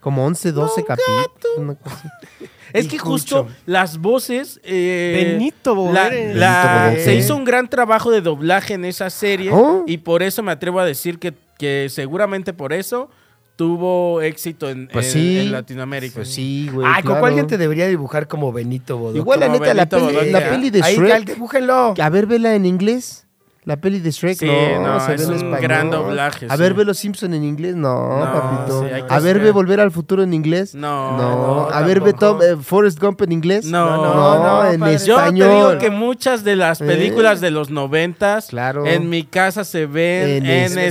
[SPEAKER 6] Como 11, 12 capítulos. una cosa así.
[SPEAKER 3] Es que justo las voces. eh,
[SPEAKER 7] Benito
[SPEAKER 3] la-
[SPEAKER 7] Bodoque.
[SPEAKER 3] la-
[SPEAKER 6] eh. Benito Bodoque.
[SPEAKER 3] se hizo un gran trabajo de doblaje en esa serie.
[SPEAKER 6] Oh.
[SPEAKER 3] Y por eso me atrevo a decir que, que seguramente por eso tuvo éxito en,
[SPEAKER 6] Pues
[SPEAKER 3] en-
[SPEAKER 6] sí.
[SPEAKER 3] en Latinoamérica.
[SPEAKER 6] Pues sí, güey.
[SPEAKER 5] Ah, ¿con
[SPEAKER 6] claro.
[SPEAKER 5] cuál gente debería dibujar como Benito Bodoque?
[SPEAKER 6] Igual, la
[SPEAKER 3] Como
[SPEAKER 6] neta, la
[SPEAKER 3] Benito
[SPEAKER 6] peli,
[SPEAKER 3] Bodoque.
[SPEAKER 6] la peli de
[SPEAKER 5] Ahí, cal-
[SPEAKER 6] Shrek.
[SPEAKER 5] dibújenlo.
[SPEAKER 6] A ver, vela en inglés. La peli de Shrek,
[SPEAKER 3] Sí,
[SPEAKER 6] no,
[SPEAKER 3] no,
[SPEAKER 6] se ve
[SPEAKER 3] es
[SPEAKER 6] en
[SPEAKER 3] un
[SPEAKER 6] español.
[SPEAKER 3] gran doblaje,
[SPEAKER 6] A ver,
[SPEAKER 3] sí.
[SPEAKER 6] ve los Simpson en inglés, no,
[SPEAKER 3] No,
[SPEAKER 6] papito.
[SPEAKER 3] sí, hay que
[SPEAKER 6] a ver, ve
[SPEAKER 3] ser-
[SPEAKER 6] Volver al Futuro en inglés,
[SPEAKER 3] No,
[SPEAKER 6] no.
[SPEAKER 3] no,
[SPEAKER 6] a ver, ve Tom,
[SPEAKER 3] tampoco.
[SPEAKER 6] eh, Forrest Gump en inglés,
[SPEAKER 3] No, no,
[SPEAKER 5] no,
[SPEAKER 6] en
[SPEAKER 5] padre.
[SPEAKER 3] Yo
[SPEAKER 6] español.
[SPEAKER 3] te digo que muchas de las películas
[SPEAKER 6] Eh.
[SPEAKER 3] de los noventas
[SPEAKER 6] Claro.
[SPEAKER 3] en mi casa se ven en,
[SPEAKER 6] en, español,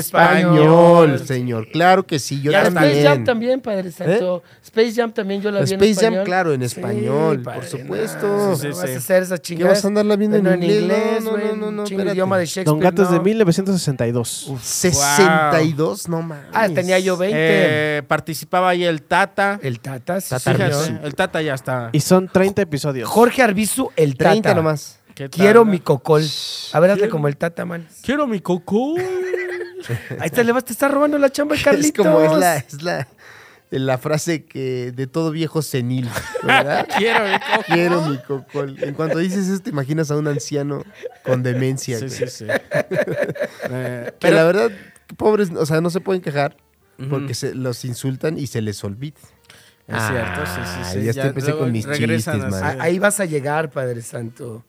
[SPEAKER 3] español.
[SPEAKER 6] señor. Claro que sí, yo
[SPEAKER 5] Y a Space Jam
[SPEAKER 6] también. ¿Eh?
[SPEAKER 5] también, Padre Santo. Space Jam también yo la vi en
[SPEAKER 6] Space Jam,
[SPEAKER 5] español.
[SPEAKER 6] claro, en
[SPEAKER 5] Sí,
[SPEAKER 6] español,
[SPEAKER 5] padre,
[SPEAKER 6] por
[SPEAKER 5] no,
[SPEAKER 6] supuesto.
[SPEAKER 3] Sí,
[SPEAKER 5] no
[SPEAKER 3] sí,
[SPEAKER 5] vas
[SPEAKER 3] sí.
[SPEAKER 5] a hacer esa chingada.
[SPEAKER 6] vas a andarla viendo en inglés? No,
[SPEAKER 5] güey,
[SPEAKER 6] no, no, no,
[SPEAKER 5] chingo
[SPEAKER 6] espérate.
[SPEAKER 5] idioma de Shakespeare.
[SPEAKER 7] Don Gato es de
[SPEAKER 5] no.
[SPEAKER 7] 1962.
[SPEAKER 6] 62, no mames.
[SPEAKER 5] Ah, tenía yo 20.
[SPEAKER 3] Eh, participaba ahí el Tata.
[SPEAKER 5] el Tata, sí,
[SPEAKER 6] Tata
[SPEAKER 5] señor.
[SPEAKER 6] Arbizu.
[SPEAKER 3] Fíjate, el Tata ya está.
[SPEAKER 7] Y son 30 episodios.
[SPEAKER 5] Jorge Arbizu, el Tata.
[SPEAKER 6] 30 nomás.
[SPEAKER 3] ¿Qué tal,
[SPEAKER 5] Quiero
[SPEAKER 3] no?
[SPEAKER 5] mi cocol. A ver, hazle como el Tata, man.
[SPEAKER 3] Quiero mi coco.
[SPEAKER 5] Ahí está, le vas, te está robando la chamba el Carlitos.
[SPEAKER 6] Es como es la, es la, la frase que de todo viejo senil, ¿verdad?
[SPEAKER 3] Quiero mi coco.
[SPEAKER 6] Quiero mi cocol. En cuanto dices eso, te imaginas a un anciano con demencia.
[SPEAKER 3] Sí,
[SPEAKER 6] güey.
[SPEAKER 3] sí, sí. Eh,
[SPEAKER 6] Que
[SPEAKER 3] pero
[SPEAKER 6] la verdad, pobres, o sea, no se pueden quejar porque se, los insultan y se les olvida. Ah,
[SPEAKER 3] Es cierto, sí, sí, sí.
[SPEAKER 6] Ya, te empecé
[SPEAKER 3] luego
[SPEAKER 6] con mis
[SPEAKER 3] regresan
[SPEAKER 6] chistes,
[SPEAKER 3] así.
[SPEAKER 6] man.
[SPEAKER 5] A- Ahí vas a llegar, Padre Santo.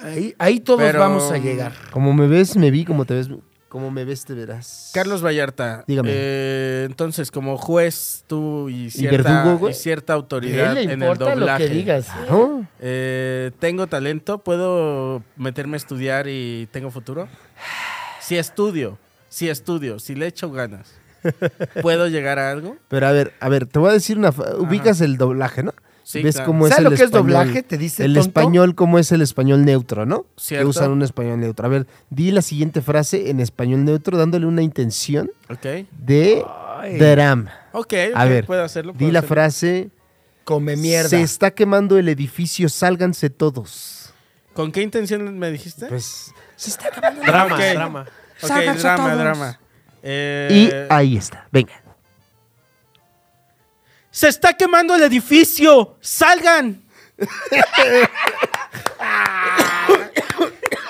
[SPEAKER 5] Ahí, ahí todos
[SPEAKER 3] Pero-
[SPEAKER 5] vamos a llegar.
[SPEAKER 6] Como me ves, me vi, como te ves, como me ves, te verás.
[SPEAKER 3] Carlos Vallarta,
[SPEAKER 6] Dígame.
[SPEAKER 3] eh, entonces como juez tú y cierta,
[SPEAKER 6] verdugo, güey?
[SPEAKER 3] y cierta
[SPEAKER 5] ¿Qué
[SPEAKER 3] autoridad
[SPEAKER 5] le
[SPEAKER 3] en el
[SPEAKER 5] importa lo
[SPEAKER 3] doblaje.
[SPEAKER 5] que digas?
[SPEAKER 6] Ajá.
[SPEAKER 3] Eh, tengo talento, puedo meterme a estudiar y tengo futuro. Si estudio, si estudio, si le echo ganas, puedo llegar a algo.
[SPEAKER 6] Pero a ver, a ver, te voy a decir una. fa- Ubicas el doblaje, ¿no?
[SPEAKER 3] Sí,
[SPEAKER 6] ¿Ves
[SPEAKER 3] claro.
[SPEAKER 6] cómo es
[SPEAKER 5] ¿Sabes lo
[SPEAKER 6] el
[SPEAKER 5] que es
[SPEAKER 6] español?
[SPEAKER 5] doblaje? Te dice
[SPEAKER 6] El
[SPEAKER 5] tonto.
[SPEAKER 6] español, cómo es el español neutro, ¿no?
[SPEAKER 3] Cierto.
[SPEAKER 6] Que usan un español neutro. A ver, di la siguiente frase en español neutro, dándole una intención
[SPEAKER 3] Ok,
[SPEAKER 6] de drama.
[SPEAKER 3] ok,
[SPEAKER 6] A
[SPEAKER 3] ok,
[SPEAKER 6] ver,
[SPEAKER 3] puedo hacerlo.
[SPEAKER 6] di
[SPEAKER 3] puedo
[SPEAKER 6] la
[SPEAKER 3] hacerlo.
[SPEAKER 6] frase.
[SPEAKER 5] Come mierda.
[SPEAKER 6] Se está quemando el edificio, sálganse todos.
[SPEAKER 3] ¿Con qué intención me dijiste?
[SPEAKER 6] Pues. Se está
[SPEAKER 7] Drama,
[SPEAKER 3] Ok.
[SPEAKER 7] drama.
[SPEAKER 3] Ok, drama, drama. Eh,
[SPEAKER 6] Y ahí está, venga.
[SPEAKER 3] ¡Se está quemando el edificio! ¡Salgan!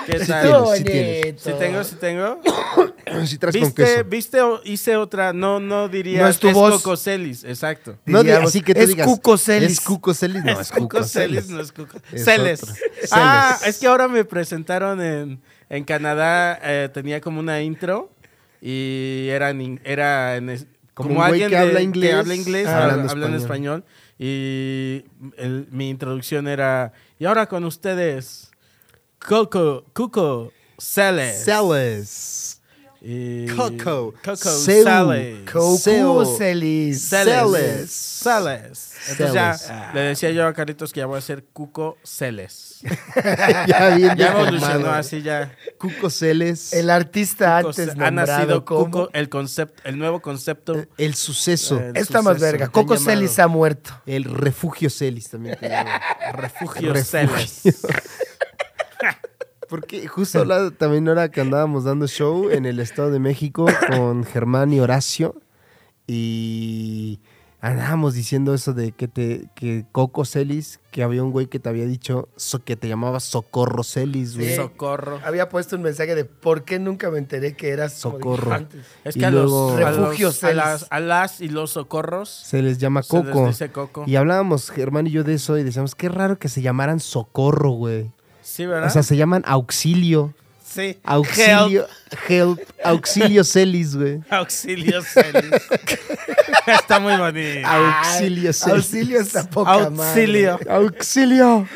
[SPEAKER 3] ¿Qué
[SPEAKER 5] Estuvo
[SPEAKER 3] tal?
[SPEAKER 6] sí tienes.
[SPEAKER 5] bonito.
[SPEAKER 3] Si tengo, si tengo.
[SPEAKER 6] Si traes con
[SPEAKER 3] ¿Viste,
[SPEAKER 6] queso.
[SPEAKER 3] viste o hice otra? No, no diría
[SPEAKER 5] No
[SPEAKER 3] no
[SPEAKER 5] es
[SPEAKER 3] es
[SPEAKER 5] tu voz.
[SPEAKER 3] Cocoselis, exacto.
[SPEAKER 6] No,
[SPEAKER 5] Diría,
[SPEAKER 6] así que tú
[SPEAKER 5] es
[SPEAKER 6] digas.
[SPEAKER 5] Cuco Celis.
[SPEAKER 6] Es Cuco Celis, no, es Cuco
[SPEAKER 3] Cocoselis
[SPEAKER 6] Celis.
[SPEAKER 3] no es Cuco.
[SPEAKER 6] Es
[SPEAKER 3] Celes.
[SPEAKER 6] otro.
[SPEAKER 3] Ah,
[SPEAKER 6] Celes.
[SPEAKER 3] es que ahora me presentaron en, en Canadá, eh, tenía como una intro y era en, in- era en es-
[SPEAKER 6] Como
[SPEAKER 3] como,
[SPEAKER 6] un güey
[SPEAKER 3] alguien
[SPEAKER 6] que
[SPEAKER 3] de-
[SPEAKER 6] habla inglés,
[SPEAKER 3] habla inglés,
[SPEAKER 6] ah, hablando
[SPEAKER 3] habla habla en español. Y el- mi introducción era, y ahora con ustedes, Coco, Cuco, Celes.
[SPEAKER 6] Celis.
[SPEAKER 3] Y-
[SPEAKER 6] Coco.
[SPEAKER 3] Coco,
[SPEAKER 6] Seu.
[SPEAKER 3] Celes.
[SPEAKER 5] Cuco
[SPEAKER 6] Ceo.
[SPEAKER 5] Celis.
[SPEAKER 3] Celes.
[SPEAKER 6] Celes.
[SPEAKER 3] Celes. Entonces
[SPEAKER 6] Celes.
[SPEAKER 3] ya ah. le decía yo a Carlitos que ya voy a ser Cuco Celes.
[SPEAKER 6] ya bien
[SPEAKER 3] Ya
[SPEAKER 6] deformado.
[SPEAKER 3] evolucionó así ya.
[SPEAKER 6] Cuco Celes.
[SPEAKER 5] El
[SPEAKER 6] El,
[SPEAKER 5] artista antes
[SPEAKER 3] Cos- ha nacido
[SPEAKER 5] nombrado como...
[SPEAKER 3] Cuco, el concepto, el nuevo concepto.
[SPEAKER 6] suceso.
[SPEAKER 3] Eh,
[SPEAKER 5] Está más
[SPEAKER 3] suceso,
[SPEAKER 5] verga.
[SPEAKER 3] han
[SPEAKER 5] Coco
[SPEAKER 3] llamado.
[SPEAKER 5] Celis ha muerto.
[SPEAKER 6] el refugio Celis también. te llaman.
[SPEAKER 3] refugio,
[SPEAKER 6] refugio.
[SPEAKER 3] Celes.
[SPEAKER 6] Porque justo hablaba también ahora que andábamos dando show en el Estado de México con Germán y Horacio. Y Andábamos diciendo eso de que te que Coco Celis, que había un güey que te había dicho so- que te llamaba Socorro Celis, güey.
[SPEAKER 5] Sí.
[SPEAKER 3] Socorro.
[SPEAKER 5] Había puesto un mensaje de por qué nunca me enteré que eras como
[SPEAKER 6] Socorro.
[SPEAKER 5] dije antes.
[SPEAKER 3] Es
[SPEAKER 6] Y
[SPEAKER 3] que a
[SPEAKER 6] luego-
[SPEAKER 3] los, a, los-
[SPEAKER 5] Refugios
[SPEAKER 3] a
[SPEAKER 5] Celis.
[SPEAKER 3] las, a las y los socorros
[SPEAKER 6] Se les llama
[SPEAKER 3] se
[SPEAKER 6] Coco.
[SPEAKER 3] les dice Coco.
[SPEAKER 6] Y hablábamos, Germán y yo, de eso y decíamos, qué raro que se llamaran Socorro, güey.
[SPEAKER 3] Sí, ¿verdad?
[SPEAKER 6] O sea, se llaman Auxilio.
[SPEAKER 3] sí.
[SPEAKER 6] Auxilio. Help. auxilio Celis, güey.
[SPEAKER 3] Auxilio Celis. Está muy bonito.
[SPEAKER 6] Auxilio Celis.
[SPEAKER 5] Auxilio está poca
[SPEAKER 3] Auxilio.
[SPEAKER 6] Auxilio.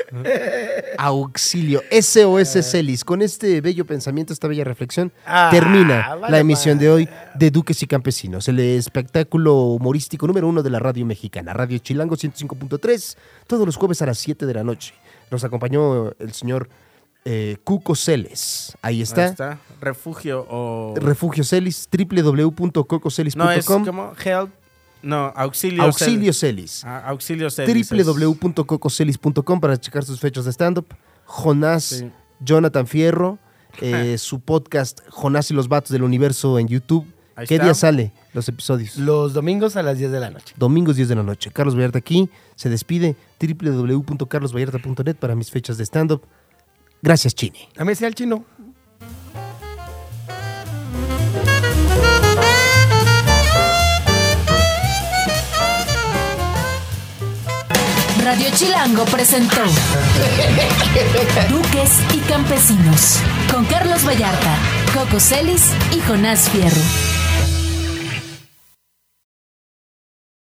[SPEAKER 6] Auxilio.
[SPEAKER 3] Ah.
[SPEAKER 6] SOS Celis. Con este bello pensamiento, esta bella reflexión,
[SPEAKER 5] Ah,
[SPEAKER 6] termina
[SPEAKER 5] vale
[SPEAKER 6] la emisión
[SPEAKER 5] madre.
[SPEAKER 6] de hoy de Duques y Campesinos, el espectáculo humorístico número uno de la radio mexicana, Radio Chilango 105.3, todos los jueves a las 7 de la noche. Nos acompañó el señor eh, Cuco Celes. Ahí está.
[SPEAKER 3] Ahí está. Refugio o.
[SPEAKER 6] Refugio Celis, www.cococelis.com.
[SPEAKER 3] no, es como help. No, auxilio.
[SPEAKER 6] Auxilio
[SPEAKER 3] Celis.
[SPEAKER 6] Celis.
[SPEAKER 3] Ah, auxilio Celis. es-
[SPEAKER 6] www.cococelis.com para checar sus fechas de stand-up. Jonás,
[SPEAKER 3] Sí.
[SPEAKER 6] Jonathan Fierro, eh, su podcast Jonás y los Vatos del Universo en YouTube.
[SPEAKER 3] Ahí
[SPEAKER 6] ¿Qué
[SPEAKER 3] está.
[SPEAKER 6] día sale los episodios?
[SPEAKER 5] Los domingos a las 10 de la noche.
[SPEAKER 6] Domingos 10 de la noche. Carlos Vallarta aquí. Se despide. www.carlosvallarta.net para mis fechas de stand-up. Gracias, Chini.
[SPEAKER 5] A mí sea el chino.
[SPEAKER 1] Radio Chilango presentó Duques y Campesinos con Carlos Vallarta, Coco Celis y Jonás Fierro.